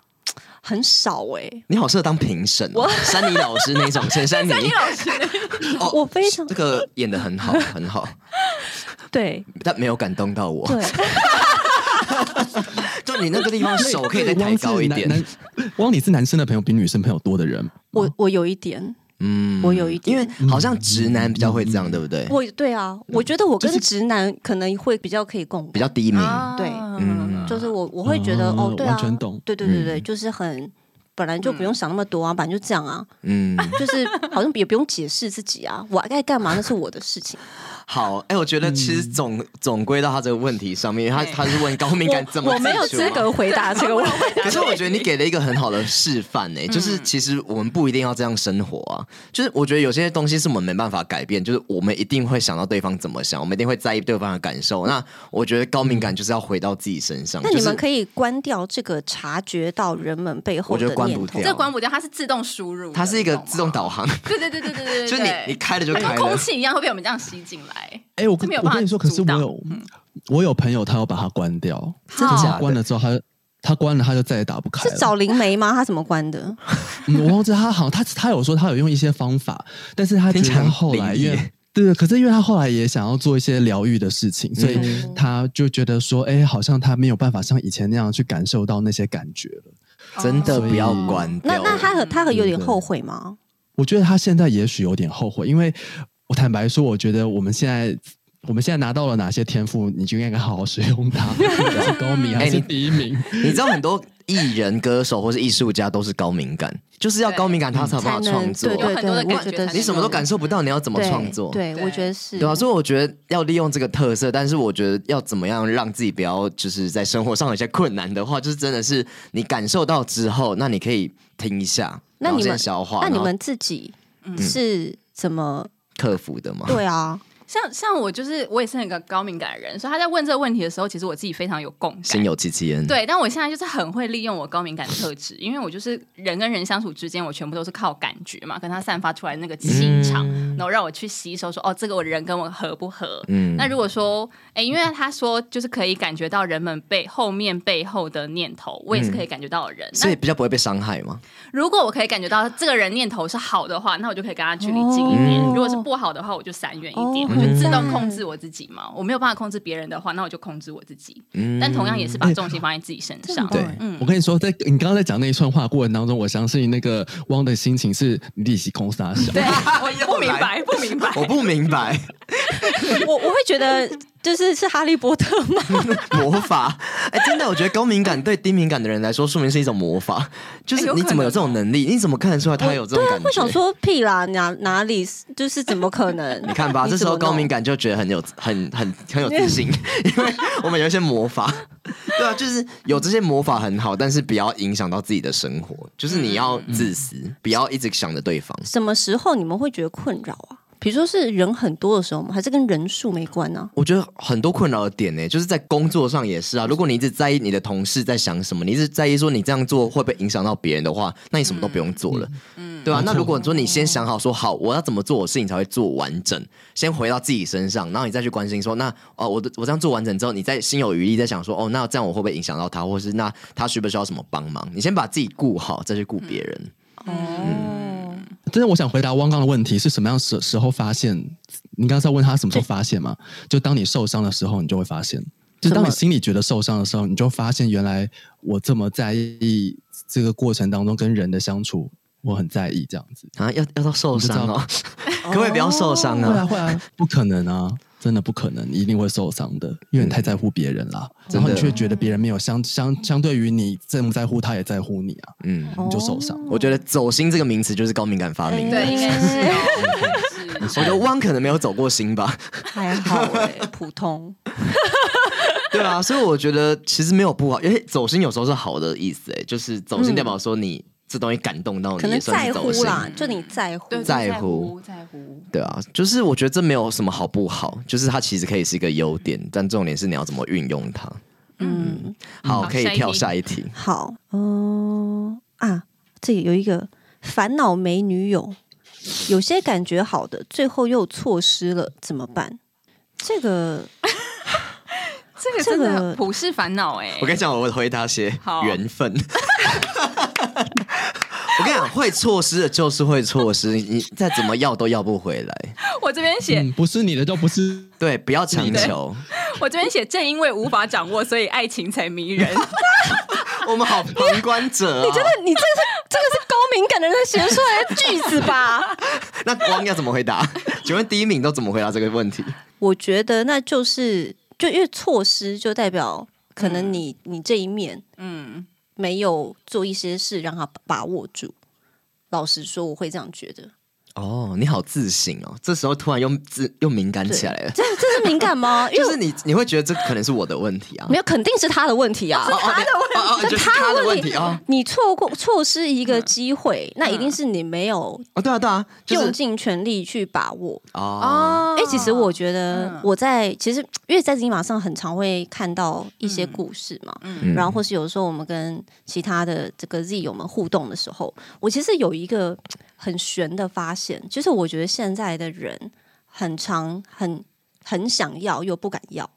F: 很少哎、
B: 你好适合当评审、哦，山里老师那种，陈
F: <laughs>
B: 珊妮，
E: 你老师，
B: 哦
F: 我非常
B: 这个演的很好，很好，
F: 对
B: 但没有感动到我。
F: 对，
B: <laughs> 就你那个地方手可以再抬高一
D: 汪
B: 点，
D: 是男。男汪，你是男生的朋友比女生朋友多的人，
F: 我我有一点，
B: 嗯
F: 我有一
B: 因
F: 点
B: 为好像直男比较会这
D: 嗯
B: 样，对不对？
F: 我对啊，
B: 嗯
F: 我觉得我跟直男可能会比较可以共
B: 比
F: 感，
B: 较低迷，
E: 啊
F: 对
B: 嗯
F: 就是我我会觉得、
D: 嗯
F: 哦，对啊，
D: 完全懂
F: 对对对对，就是很本来就不用想那么多啊，本来就这样啊，
B: 嗯，
F: 就是好像也不用解释自己啊，我该干嘛那是我的
B: <laughs>
F: 事情，
B: 好，哎，我觉得其实
D: 嗯
B: 总总归到他这个问题上面，他他是问高敏感怎么
F: 我我没有
B: 自处
F: 资
B: 嘛
F: 格回答这个问题。
B: 可是我觉得你给了一个很好的示范
F: 嗯
B: 呢、就是其实我们不一定要这样生活啊。就是我觉得有些东西是我们没办法改变，就是我们一定会想到对方怎么想，我们一定会在意对方的感受。那我觉得高敏感就是要回到自己身上。
F: 那你们
B: 以
F: 可以关掉这个察觉到人们背后
B: 我觉
F: 的
B: 得关不
F: 念头
B: 掉，
E: 这关不掉，它是自动输入的，
B: 啊它是一个
E: 你懂吗
B: 自
F: 哦
B: 动，导航，
E: 对对对对对对对，
B: 就是你你开了就
E: 它
B: 开
E: 跟空
B: 了。
E: 气一样会被我们这样吸进来。
D: 哎、我
E: 这
D: 跟
E: 没有
D: 我
E: 办法
D: 跟你说，可是
E: 阻
D: 我
E: 挡嗯
D: 有、我有朋友，他要把它关掉，
B: 真的
D: 可是
B: 假
D: 他
B: 的
D: 关了之后，他他关了，他就再也打不开
F: 是
D: 了。
F: 找灵媒吗？他怎么关
B: <laughs>
F: 的？
D: 嗯，我忘记他好像他他有说他有用一些方法，但是他觉
B: 听
D: 得
B: 起来
D: 他
B: 很
D: 后来
B: 灵异
D: 因为对，可是因为他后来也想要做一些疗愈的事情，所以
B: 嗯
D: 他就觉得说，哎、好像他没有办法像以前那样去感受到那些感觉了。
B: 真的不要
D: 所以
B: 关
F: 那
B: 掉。嗯
F: 那他和他和有点
D: 对
F: 后悔吗？
D: 我觉得他现在也许有点后悔，因为我坦白说，我觉得我们现在。我们现在拿到了哪些天赋，你就应该好好使用它。 <laughs> 不管是高明还
B: 哎
D: 是
B: 你
D: 第一名，
B: 你知道很多艺人、歌手或是艺术家都是高敏感，就是要
E: 对
B: 高敏感，他才有办法
F: 才能
B: 创作
F: 对
B: 啊。
E: 有
F: 对
E: 很
F: 对，
E: 多的
F: 我
E: 感
F: 觉
E: 觉
F: 得
E: 才
B: 你
E: 能
B: 什么都感受不到，你要怎么
F: 对
B: 创作？
F: 对，我
E: 对
F: 觉得是。
B: 对啊，所以我觉得要利用这个特色，但是我觉得要怎么样让自己不要就是在生活上有些困难的话，就是真的是你感受到之后，那你可以听一下，
F: 那你
B: 然后
F: 们
B: 先消化，
F: 那你
B: 然后
F: 们自己
B: 嗯
F: 是怎么？
B: 克服的嘛？
F: 对啊，
E: 像像我就是我也是很个高敏感的人，所以他在问这个问题的时候，其实我自己非常有共
B: <laughs> 心
E: 感。
B: 有戚戚焉。，
E: 对，但我现在就是很会利用我高敏感特质，因为我就是人跟人相处之间，我全部都是靠感觉嘛，跟他散发出来的那个气场，然后让我去吸收说，哦，这个我人跟我合不合？
B: 嗯
E: 那如果说，哎，因为他说就是可以感觉到人们背后面背后的念头，我也是可以感觉到的人。
B: 嗯所以比较不会被伤害嘛。
E: 那如果我可以感觉到这个人念头是好的话，那我就可以跟他距离近一点；
F: 哦
E: 如果是不好的话，我就闪远一点，
F: 哦
E: 我就自动
F: 嗯
E: 控制我自己嘛。我没有办法控制别人的话，那我就控制我自己。
B: 嗯
E: 但同样也是把重心放在自己身上。
B: 对
D: 哎我跟你说，在你刚刚在讲那一串话过程当中，我相信那个汪的心情是你利息空撒小。
E: 对，我 <laughs> 不明白，不明白。
B: 我不明白 <laughs>
F: 我我会觉得就是是哈利波特吗？
B: 魔法，哎、真的，我觉得高敏感对低敏感的人来说，说明是一种魔法，就
E: 哎
B: 是
E: 有
B: 你
E: 可
B: 怎么有
E: 能
B: 这种
E: 哦啊
B: 能力？你怎么看得出来他有这种感觉？
F: 啊会想说屁啦，哪哪里就是怎么可能？
B: <laughs> 你看吧，这时候高敏感就觉得很有很很很有自信，因为我们有一些魔法， <laughs> 对啊，就是有这些魔法很好，但是不要影响到自己的生活，就是你要自私，不要一直想着对方。
F: 什么时候你们会觉得困扰啊？比如说是人很多的时候吗？还是跟人数没关啊呢、
B: 我觉得很多困扰的点呢、就是在工作上也是啊。如果你一直在意你的同事在想什么，你一直在意说你这样做会不会影响到别人的话，那你什么都不用做了，嗯，对啊。那如果说你先想好说好我要怎么做，我事情才会做完整，先回到自己身上，然后你再去关心说那哦，我的我这样做完整之后，你再心有余力再想说哦，那这样我会不会影响到他，或是那他需不需要什么帮忙？你先把自己顾好，再去顾别人。
F: 哦，
D: 真的，我想回答汪刚的问题是什么样时时候发现？你刚刚在问他什么时候发现嘛？就当你受伤的时候，你就会发现；就当你心里觉得受伤的时候，你就发现原来我这么在意这个过程当中跟人的相处，我很在意这样子。
B: 啊，要要到受伤
D: 我
B: 哦， <laughs> 可不可以不要受伤
D: 会啊
B: 啊？
D: 会啊， <laughs> 不可能啊，真的不可能，你一定会受伤的，因为你太在乎别人啦，
B: 真
D: 然后
B: 的
D: 你却觉得别人没有相相相对于你在不在乎，他也在乎你啊，
B: 嗯，
D: 你就受伤。
B: 我觉得“走心”这个名词就是高敏感发明的。
E: 对，应该是哦，应
B: <laughs>
E: 该是
B: 我觉得
F: 哎
B: 汪可能没有走过心吧， <laughs>
F: 还好哎、 <laughs> 普通。
B: 对啊，所以我觉得其实没有不好，因为走心有时候是好的意思、哎，就是走心代表说你这东西感动到
F: 嗯可
B: 你，
F: 能
B: 也算
F: 在
B: 是
F: 乎
B: 走心，
F: 啦，就你在乎，
E: 对
B: 在乎
E: 乎在乎。
B: 对啊，就是我觉得这没有什么好不好，就是它其实可以是一个优点，但重点是你要怎么运用它。
F: 嗯，
B: 好，
E: 好
B: 可以
E: 下一
B: 跳
E: 题
B: 下一题。
F: 好，嗯、啊，这里有一个烦恼没女友，有些感觉好的，最后又错失了，怎么办？这个
E: 这个
F: 这
E: 真
F: 个
E: 的普世烦恼
B: <laughs>
E: 哎
B: 我，跟你讲，我回答写
E: 好
B: 缘分。 <laughs> 我跟你讲，会错失的就是会错失，你你再怎么要都要不回来。
E: 我这边写
D: 嗯，不是你的就不是
B: 对，不要强
D: 你的
B: 求。
E: 我这边写，正因为无法掌握，所以爱情才迷人。
B: <laughs> 我们好旁观 <laughs> 者、啊。
F: 你真的，你这是这个是高敏感的人写出来的句子吧？
B: 那光要怎么回 <laughs> 答？请问第一名都怎么回答这个问题？
F: <laughs> 我觉得那就是，就因为错失就代表可能你、你这一面
E: 嗯，
F: 没有做一些事让他把把握住。老实说，我会这样觉得。
B: 哦，你好自省哦，这时候突然又自又敏感起来了，
F: 这这是敏感 <laughs> 吗？因为
B: 就是你你会觉得这可能是我的问题啊 <laughs>
F: 没，有，肯定是他的问题 <laughs> 啊。
B: 他的问题，哦 <laughs> 哦、就是他的问题啊。哦
F: 你错过错失一个机会，那一定是你没有
B: 哦，对啊，对啊，就
F: 用
B: 是
F: 尽全力去把握。
B: 哦，
F: 哎、其实我觉得我在、其实因为在自己马上很常会看到一些故事嘛，
B: 嗯
F: 然后或是有时候我们跟其他的这个 Z 友们互动的时候，我其实有一个很悬的发现，就是我觉得现在的人很常很很想要又不敢要，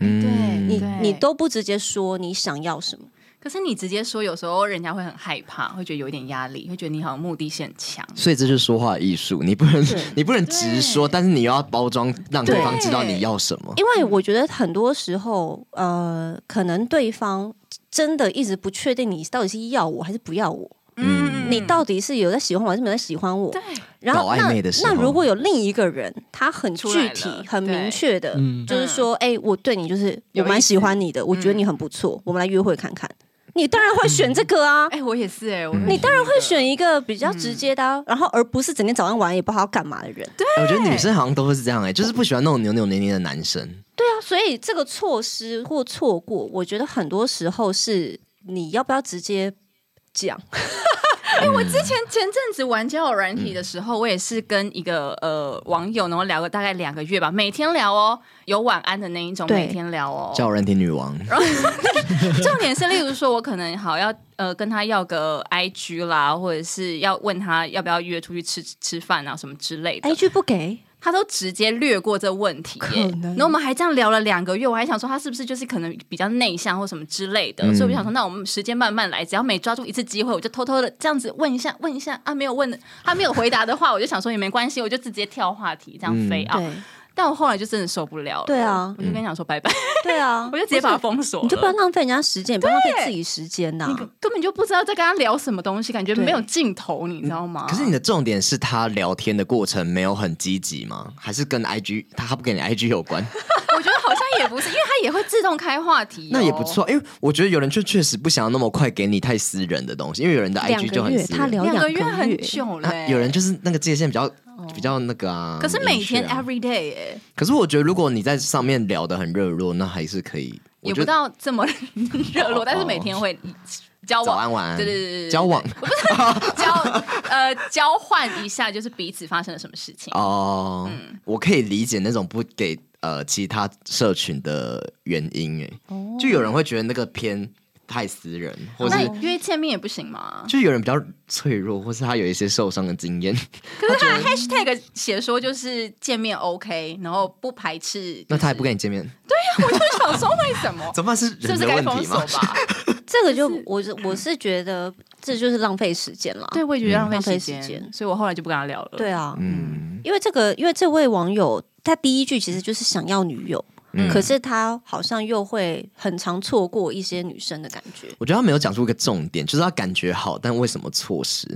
B: 嗯
F: 你
E: 对
F: 你都不直接说你想要什么。
E: 可是你直接说，有时候人家会很害怕，会觉得有一点压力，会觉得你好像目的性很强。
B: 所以这就是说话艺术，你不能
F: 对
B: <laughs> 你不能直说，但是你又要包装，让对方知道你要什么。
F: 因为我觉得很多时候，呃，可能对方真的一直不确定你到底是要我还是不要我，
B: 嗯
F: 你到底是有在喜欢我还是没有在喜欢我？
E: 对
F: 然后
B: 搞暧
F: 那
B: 昧的时
F: 那
B: 候
F: 如果有另一个人，他很
E: 出来
F: 具
E: 了
F: 体、很
E: 对
F: 明确的，
D: 嗯
F: 就是说，哎、我对你就是我
E: 有嗯
F: 蛮
E: 意思
F: 喜欢你的，我觉得你很不错，我们来约会看看。你当然会选这个啊，
E: 哎、我也是哎、我
B: 嗯
E: 你
F: 当然会选一个比较直接的、
E: 嗯
F: 啊，然后而不是整天早上玩也不好干嘛的人。对
B: 我觉得女生好像都是这样哎、就是不喜欢那种扭扭捏捏的男生。
F: 啊，所以这个措施或错过，我觉得很多时候是你要不要直接讲，
E: 之前前阵子玩交友软体的时候，我也是跟一个呃网友，然后聊了大概两个月吧，每天聊哦，有晚安的那一种，每
F: 对
E: 天聊哦。
B: 叫人体女王，
E: 重点是，例如说我可能好要呃跟他要个 IG 啦，或者是要问他要不要约出去吃吃饭啊什么之类的
F: 哎，，句不给，
E: 他都直接略过这问题耶、
F: 可能
E: 然后我们还这样聊了两个月，我还想说他是不是就是可能比较内向或什么之类的，
B: 嗯
E: 所以我就想说，那我们时间慢慢来，只要每抓住一次机会，我就偷偷的这样子问一下问一下啊，没有问的，他没有回答的话，我就想说也没关系，我就直接跳话题这样飞啊。
F: 对
E: 但我后来就真的受不了了，
F: 对啊
E: 我就跟你讲说拜拜，
F: 对
E: <laughs> ，
F: 啊
E: 我就直接把他封锁了，
F: 你就不要浪费人家时间，也不要浪费自己时间呐、
E: 你根本就不知道在跟他聊什么东西，感觉
F: 对
E: 没有尽头，你知道吗？
B: 可是你的重点是他聊天的过程没有很积极吗？还是跟 IG 他不跟你 IG 有
E: <laughs>
B: 关？
E: 我觉得好像也不是，因为他也会自动开话题、哦
B: 那也不。错，因为我觉得有人就确实不想要那么快给你太私人的东西，因为有人的
F: 两
B: IG 就
F: 个
B: 很
F: 月，
B: 私
F: 他
B: 人。
F: 聊
E: 两
F: 个
E: 个月啊很久了、
B: 那有人就是那个界限比较比较那个啊。
E: 哦可是每天
B: 明确啊
E: every day 哎、
B: 可是我觉得如果你在上面聊得很热络，那还是可以。我
E: 也
B: 觉
E: 不
B: 得哦
E: 到这么 <laughs> 热络，但是每天会嗯交
B: 早
E: 往，
B: 安晚安，
E: 对对对对对
B: 交往
E: 不是交呃交换一下，就是彼此发生了什么事情。
B: <laughs> 哦，我可以理解那种不给呃其他社群的原因，哎，
E: 哦
B: 就有人会觉得那个偏太私人，或
E: 那
B: 是
E: 你约见面也不行吗？
B: 就有人比较脆弱，或是他有一些受伤的经
E: <laughs>
B: 验，
E: 可是他的啊 hashtag 写说就是见面 OK，然后不排斥、
B: 那他也不
E: 给。
B: 跟你见面，？
E: 我就想说为什么
B: <laughs> 哦怎么办？是
E: 是不
B: 人
E: 是
B: 的
E: 该
B: 问
E: 封
B: 题
E: 锁
B: 吗？ <laughs>
E: 吧？
F: 这个就我是嗯我是觉得这就是浪费时间啦。
E: 对，我也觉得浪
F: 浪费
E: 费
F: 时
E: 时
F: 间
E: 间，所以我后来就不跟他聊了。
F: 对啊，
B: 嗯，
F: 因为这个，因为这位网友他第一句其实就是想要女友，
B: 嗯
F: 可是他好像又会很常错过一些女生的感觉。
B: 我觉得他没有讲出一个重点，就是他感觉好，但为什么错失？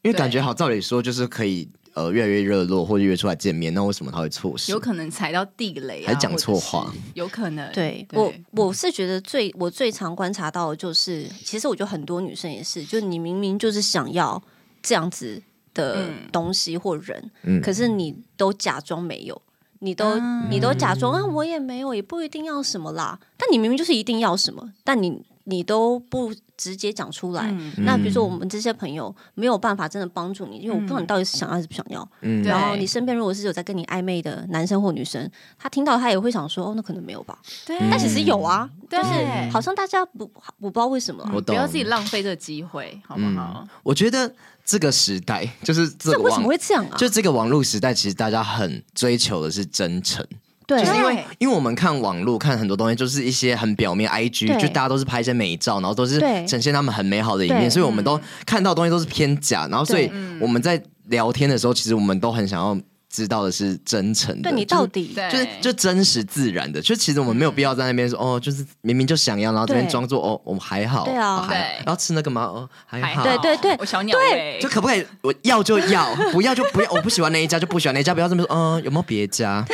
B: 因为
E: 对
B: 感觉好，照理说就是可以呃越来越热络，或者约出来见面，那为什么他会错失？
E: 有可能踩到地雷、啊，
B: 还讲错
E: 或者是
B: 话，
E: 有可能。
F: 对我
E: 我，
F: 我是觉得最我最常观察到的就是，其实我觉得很多女生也是，就你明明就是想要这样子的
E: 嗯
F: 东西或人，
B: 嗯
F: 可是你都假装没有，你都、
E: 嗯
F: 你都假装啊，我也没有，也不一定要什么啦。但你明明就是一定要什么，但你你都不直接讲出来。
E: 嗯
F: 那比如说，我们这些朋友没有办法真的帮助你，因为我不知
E: 嗯
F: 道你到底是想要还是不想要。
B: 嗯
E: 对啊
F: 然后你身边如果是有在跟你暧昧的男生或女生，他听到他也会想说，哦，那可能没有吧。
E: 对，
F: 但其实有啊，
B: 嗯
E: 对，
F: 好像大家不我不知道为什么啊、
B: 我
E: 不要
B: 懂
E: 自己浪费这个机会，好不好？
B: 我觉得这个时代就是这
F: 这
B: 个
F: 为什
B: 网
F: 么会这样啊？
B: 就这个网络时代，其实大家很追求的是真诚，
F: 对
B: 就是因为
E: 对
B: 因为我们看网络看很多东西，就是一些很表面，IG
F: 对
B: 就大家都是拍一些美照，然后都是
F: 对
B: 呈现他们很美好的一
F: 对嗯
B: 面，所以我们都看到的东西都是偏假，然后所以我们在聊天的时候，其实我们都很想要知道的是真诚的，
F: 对你
B: 就是
F: 到底
E: 对，
B: 就是就真实自然的，就其实我们没有必要在那边说、哦，就是明明就想要，然后这边
F: 对
B: 装作哦，我们还好，
F: 嗯对啊
B: 哦还
E: 对
B: 然后吃那个吗？哦，还
E: 还
B: 好，
E: 好
F: 对对对
E: 我小鸟胃
B: 就可不可以我要就要， <laughs> 不要就不要，我不喜欢那一家就不喜欢那一家，不要这么说，嗯、有没有别
F: <laughs>
B: 家？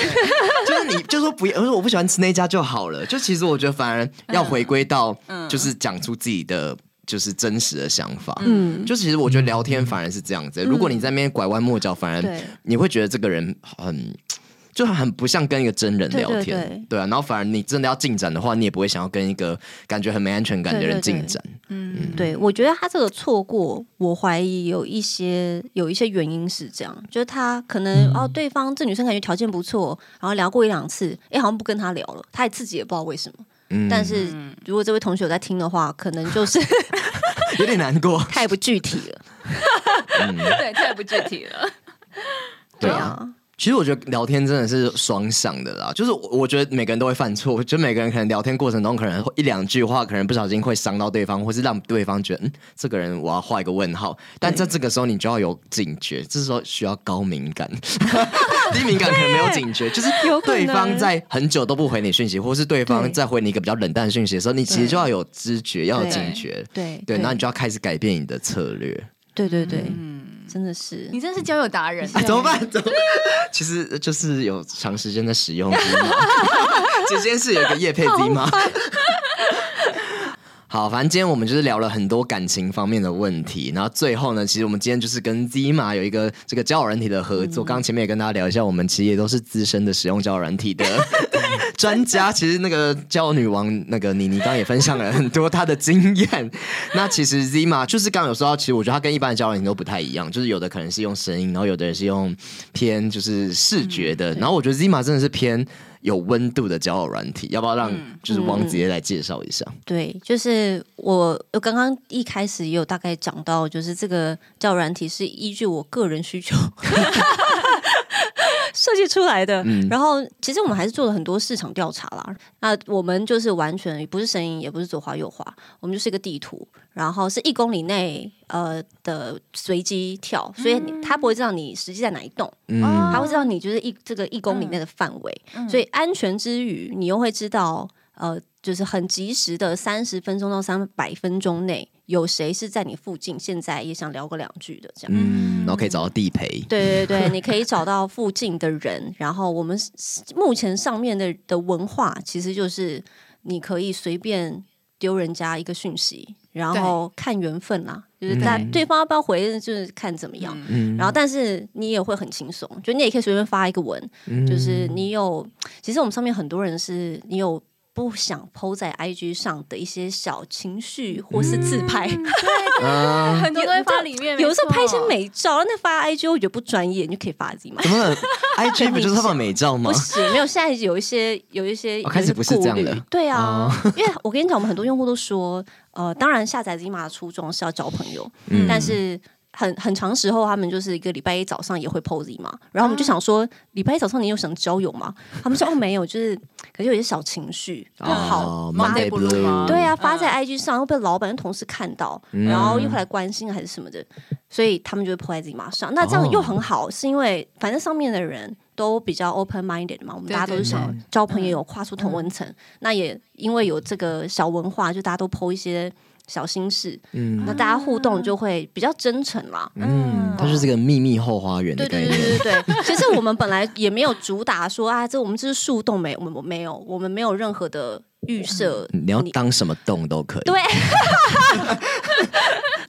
B: 就是你就说不要，我说我不喜欢吃那一家就好了。就其实我觉得反而要回归到，
F: 嗯
B: 就是讲出自己的。就是真实的想法，嗯，就其实我觉得聊天反而是这样子、如果你在那边拐弯抹角，反而
F: 嗯对
B: 你会觉得这个人很，就很不像跟一个真人聊天，
F: 对对对
B: 啊。然后反而你真的要进展的话，你也不会想要跟一个感觉很没安全感的人
F: 对对对
B: 进展，
E: 嗯，
F: 对，我觉得他这个错过，我怀疑有一些有一些原因是这样，就是他可
B: 嗯
F: 能、哦，对方这女生感觉条件不错，然后聊过一两次，哎，好像不跟他聊了，他也自己也不知道为什么。
B: 嗯
F: 但是如果这位同学有在听的话，可能就是，
B: 有点难过
F: 太不具体了。
E: 对，太不具体了。
F: 对
B: 啊
F: 啊，
B: 其实我觉得聊天真的是双向的啦，就是我我觉得每个人都会犯错，我觉得每个人可能聊天过程中可能会一两句话，可能不小心会伤到对方，或是让对方觉得嗯，这个人我要画一个问号。但
F: 嗯
B: 在这个时候你就要有警觉，这时候需要高敏感， <laughs> 低敏感可能没有警觉，就是
F: 有可能
B: 对方在很久都不回你讯息，或是对方
F: 对
B: 在回你一个比较冷淡的讯息的时候，你其实就要有知觉，要有
F: 对
B: 警觉，
F: 对
B: 对，那你就要开始改变你的策略。
F: 对对对，真的
E: <laughs>
F: 是
E: 你真是交友达人，欸
B: 啊、怎么办？怎么办？其实就是有长时间的使用 Z 码， <laughs> 这件事有一个叶配 Z 码。好，反正今天我们就是聊了很多感情方面的问题，然后最后呢，其实我们今天就是跟 Z 码有一个这个交友软体的合作。刚刚前面也跟大家聊一下，我们其实也都是资深的使用交友软体的专家。其实那个交友女王那个妮妮刚刚也分享了很多她的经验。那其实 Z 码就是刚刚有说到，其实我觉得它跟一般的交友软体都不太一样，就是有的可能是用声音，然后有的人是用偏就是视觉的，然后我觉得 Z 码真的是偏有温度的交友软体，要不要让就是王子爷来介绍一下？
F: 对，就是我我刚刚一开始也有大概讲到，就是这个教软体是依据我个人需求 <laughs> 设计出来的。然后其实我们还是做了很多市场调查啦。那我们就是完全不是声音，也不是左滑右滑，我们就是一个地图，然后是一公里内呃的随机跳，所以你它不会知道你实际在哪一栋。
B: 嗯，
F: 他会知道你就是一这个一公里内的范围，所以安全之余，你又会知道呃，就是很及时的三十分钟到三百分钟内有谁是在你附近，现在也想聊个两句的这样。
B: 嗯，然后可以找到地陪。
F: 对对对，你可以找到附近的人，然后我们目前上面的的文化其实就是你可以随便丢人家一个讯息，然后看缘分啦，就是大
B: 嗯
F: 对方要不要回，就是看怎么样。
B: 嗯
F: 然后，但是你也会很轻松，就你也可以随便发一个文，
B: 嗯
F: 就是你有，其实我们上面很多人是你有不想 PO 在 IG 上的一些小情绪或是自拍，
B: 嗯，
E: 很多都会发里面，
F: <laughs> 有的时候
E: 没错
F: 拍一些，美照，那发 IG 我觉得不专业，你就可以发自己嘛。
B: 怎么了？IG 不就是他们美照吗
F: 不？行，没有。现在有一些有一些
B: 哦开始不是这样哦
F: 有一些
B: 了
F: 顾虑对啊， <laughs> 因为我跟你讲，我们很多用户都说，呃，当然下载 Zima 的初衷是要交朋友，
B: 嗯
F: 但是。很很长时候，他们就是一个礼拜一早上也会 PO Zima，然后我们就想说，礼拜一早上你有想交友吗？他们说哦没有，就是可是有一些小情绪，就好
B: 哦
F: 发
B: ，Monday
E: Blue 吗
B: Blue，
F: 对啊，发在 IG 上又被老板、同事看到，然后又会来关心还是什么的，所以他们就会泼在自己马上。那这样又很好，是因为反正上面的人都比较 open minded 嘛，我们
E: 对
F: 大家都是想交朋友，有跨出同温层。那也因为有这个小文化，就大家都泼一些小心事，
B: 嗯
F: 那大家互动就会比较真诚啦。
B: 嗯，它就是个秘密后花园的
F: 对
B: 概
F: 对对对
B: 念。
F: 对对，其实我们本来也没有主打说啊，这我们这是树洞没，我们我们没有，我们没有任何的预设。
B: 你要当什么洞都可以，
F: 对，
B: <laughs>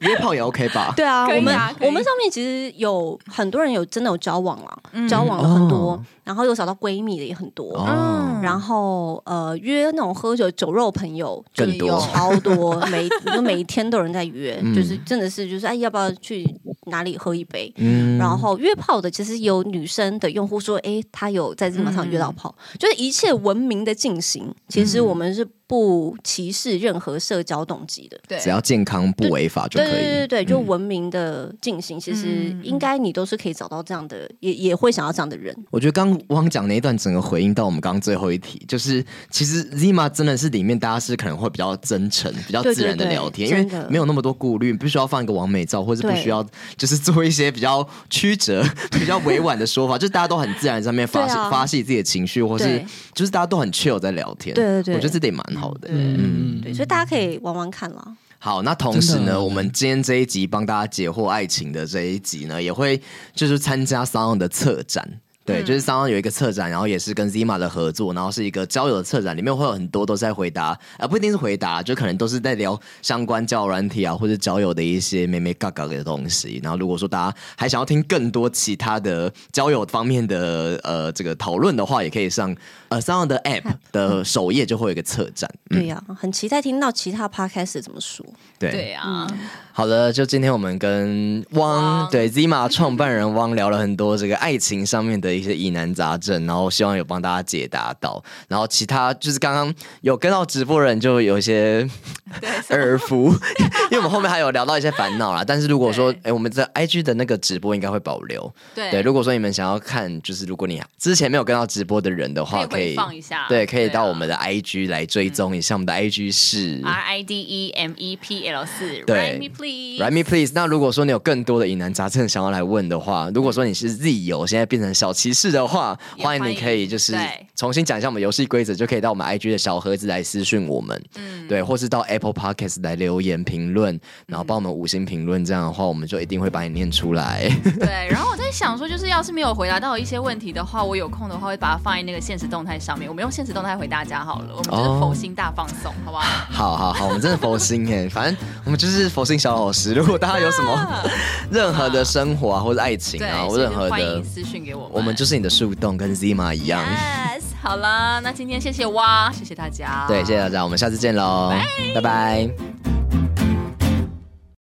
B: 约炮也 OK 吧？
F: <laughs> 对啊，
E: 可以啊
F: 我们
E: 可以
F: 我们上面其实有很多人有真的有交往了，
E: 嗯
F: 交往了很多，
B: 哦
F: 然后有找到闺蜜的也很多，
B: 哦，
F: 然后呃约那种喝酒酒肉朋友就
B: 更多
F: 有
B: <laughs>
F: 超多，每就每一天都有人在约，
B: 嗯
F: 就是真的是就是哎要不要去哪里喝一杯。
B: 嗯
F: 然后约炮的其实有女生的用户说，哎，她有在日马上约到炮，
B: 嗯
F: 就是一切文明的进行，其实我们是不歧视任何社交动机的。
E: 对，
B: 只要健康不违法就
F: 对
B: 可
F: 对对
B: 以。嗯
F: 对，就文明的进行，其实应该你都是可以找到这样的，也也会想要这样的人。
B: 我觉得刚汪讲那一段，整个回应到我们刚刚最后一题，就是其实 Zima 真的是里面大家是可能会比较真诚、比较
F: 对对
B: 自然的
F: 对
B: 聊天，
F: 真
B: 因为
F: 的
B: 没有那么多顾虑，不需要放一个完美照，或是不
F: 对
B: 需
F: <laughs>
B: 要就是做一些比较曲折、比较委婉的说法，就是大家都很自然上面发泄、
F: 对啊
B: 发泄自己的情绪，或是
F: 对就是
B: 就是大家都很 chill 在聊天。
F: 对对对
B: 我觉得这点蛮好的。
D: 嗯
F: 对，所以大家可以玩玩看啦。
B: 好，那同时
D: 真
B: 呢，
D: 的
B: 我们今天这一集帮大家解惑爱情的这一集呢，也会就是参加 Sound 的策展。
D: 嗯
B: 对，就是 Sound 有一个策展，然后也是跟 Zima 的合作，然后是一个交友的策展，里面会有很多都是在回答，呃，不一定是回答，就可能都是在聊相关交友软体啊，或者交友的一些妹妹嘎嘎的东西。然后如果说大家还想要听更多其他的交友方面的呃这个讨论的话，也可以上呃 Sound 的 App 的首页就会有一个策展。
F: 对呀、很期待听到其他 podcast 怎么说。
B: 对
E: 对啊，
B: 好的，就今天我们跟汪对 Zima 创办人汪聊了很多这个爱情上面的一一些疑难杂症，然后希望有帮大家解答到。然后其他就是刚刚有跟到直播的人，就有一
E: <laughs>
B: 些耳福，因为我们后面还有聊到一些烦恼啦。但是如果说，哎
E: 对、
B: 我们在 IG 的那个直播应该会保留。
E: 对
B: 对，如果说你们想要看，就是如果你之前没有跟到直播的人的话，
E: 可
B: 可
E: 以回
B: 以
E: 放一下
B: 对，可以
E: 对啊
B: 到我们的 IG 来追踪一下。我们的 IG 是
E: R I D E M E P L 四
B: 对
E: ，Write me please，
B: Write me please。那如果说你有更多的疑难杂症想要来问的话，如果说你是 Z 友，现在变成小骑士的话，
E: 也
B: 欢迎
E: 欢
B: 你
E: 迎
B: 可以就是
E: 对
B: 重新讲一下我们游戏规则，就可以到我们 IG 的小盒子来私讯我们，嗯，对，或是到 Apple Podcast 来留言评
E: 嗯
B: 论，然后帮我们五星评论，这样的话我们就一定会把你念出来。 <laughs>
E: 对，然后我在想说，就是要是没有回答到一些问题的话，我有空的话会把它放在那个现实动态上面。我们用现实动态回大家好了，我们就是
B: 哦
E: 佛心大放送，好不好？
B: 好好好，我们真的佛心哎，反正我们就是佛心小老师。如果大家有什
E: <laughs>
B: 么任何的生活啊，或者爱情
E: 对
B: 啊，，或
E: 所以
B: 任
E: 就
B: 何
E: 欢
B: 的
E: 迎，私讯给我们。
B: 我们就是你的树洞，跟 Zima 一样。
E: yes，好啦，那今天谢谢哇，谢谢大家，
B: 对，谢谢大家，我们下次见喽，拜拜。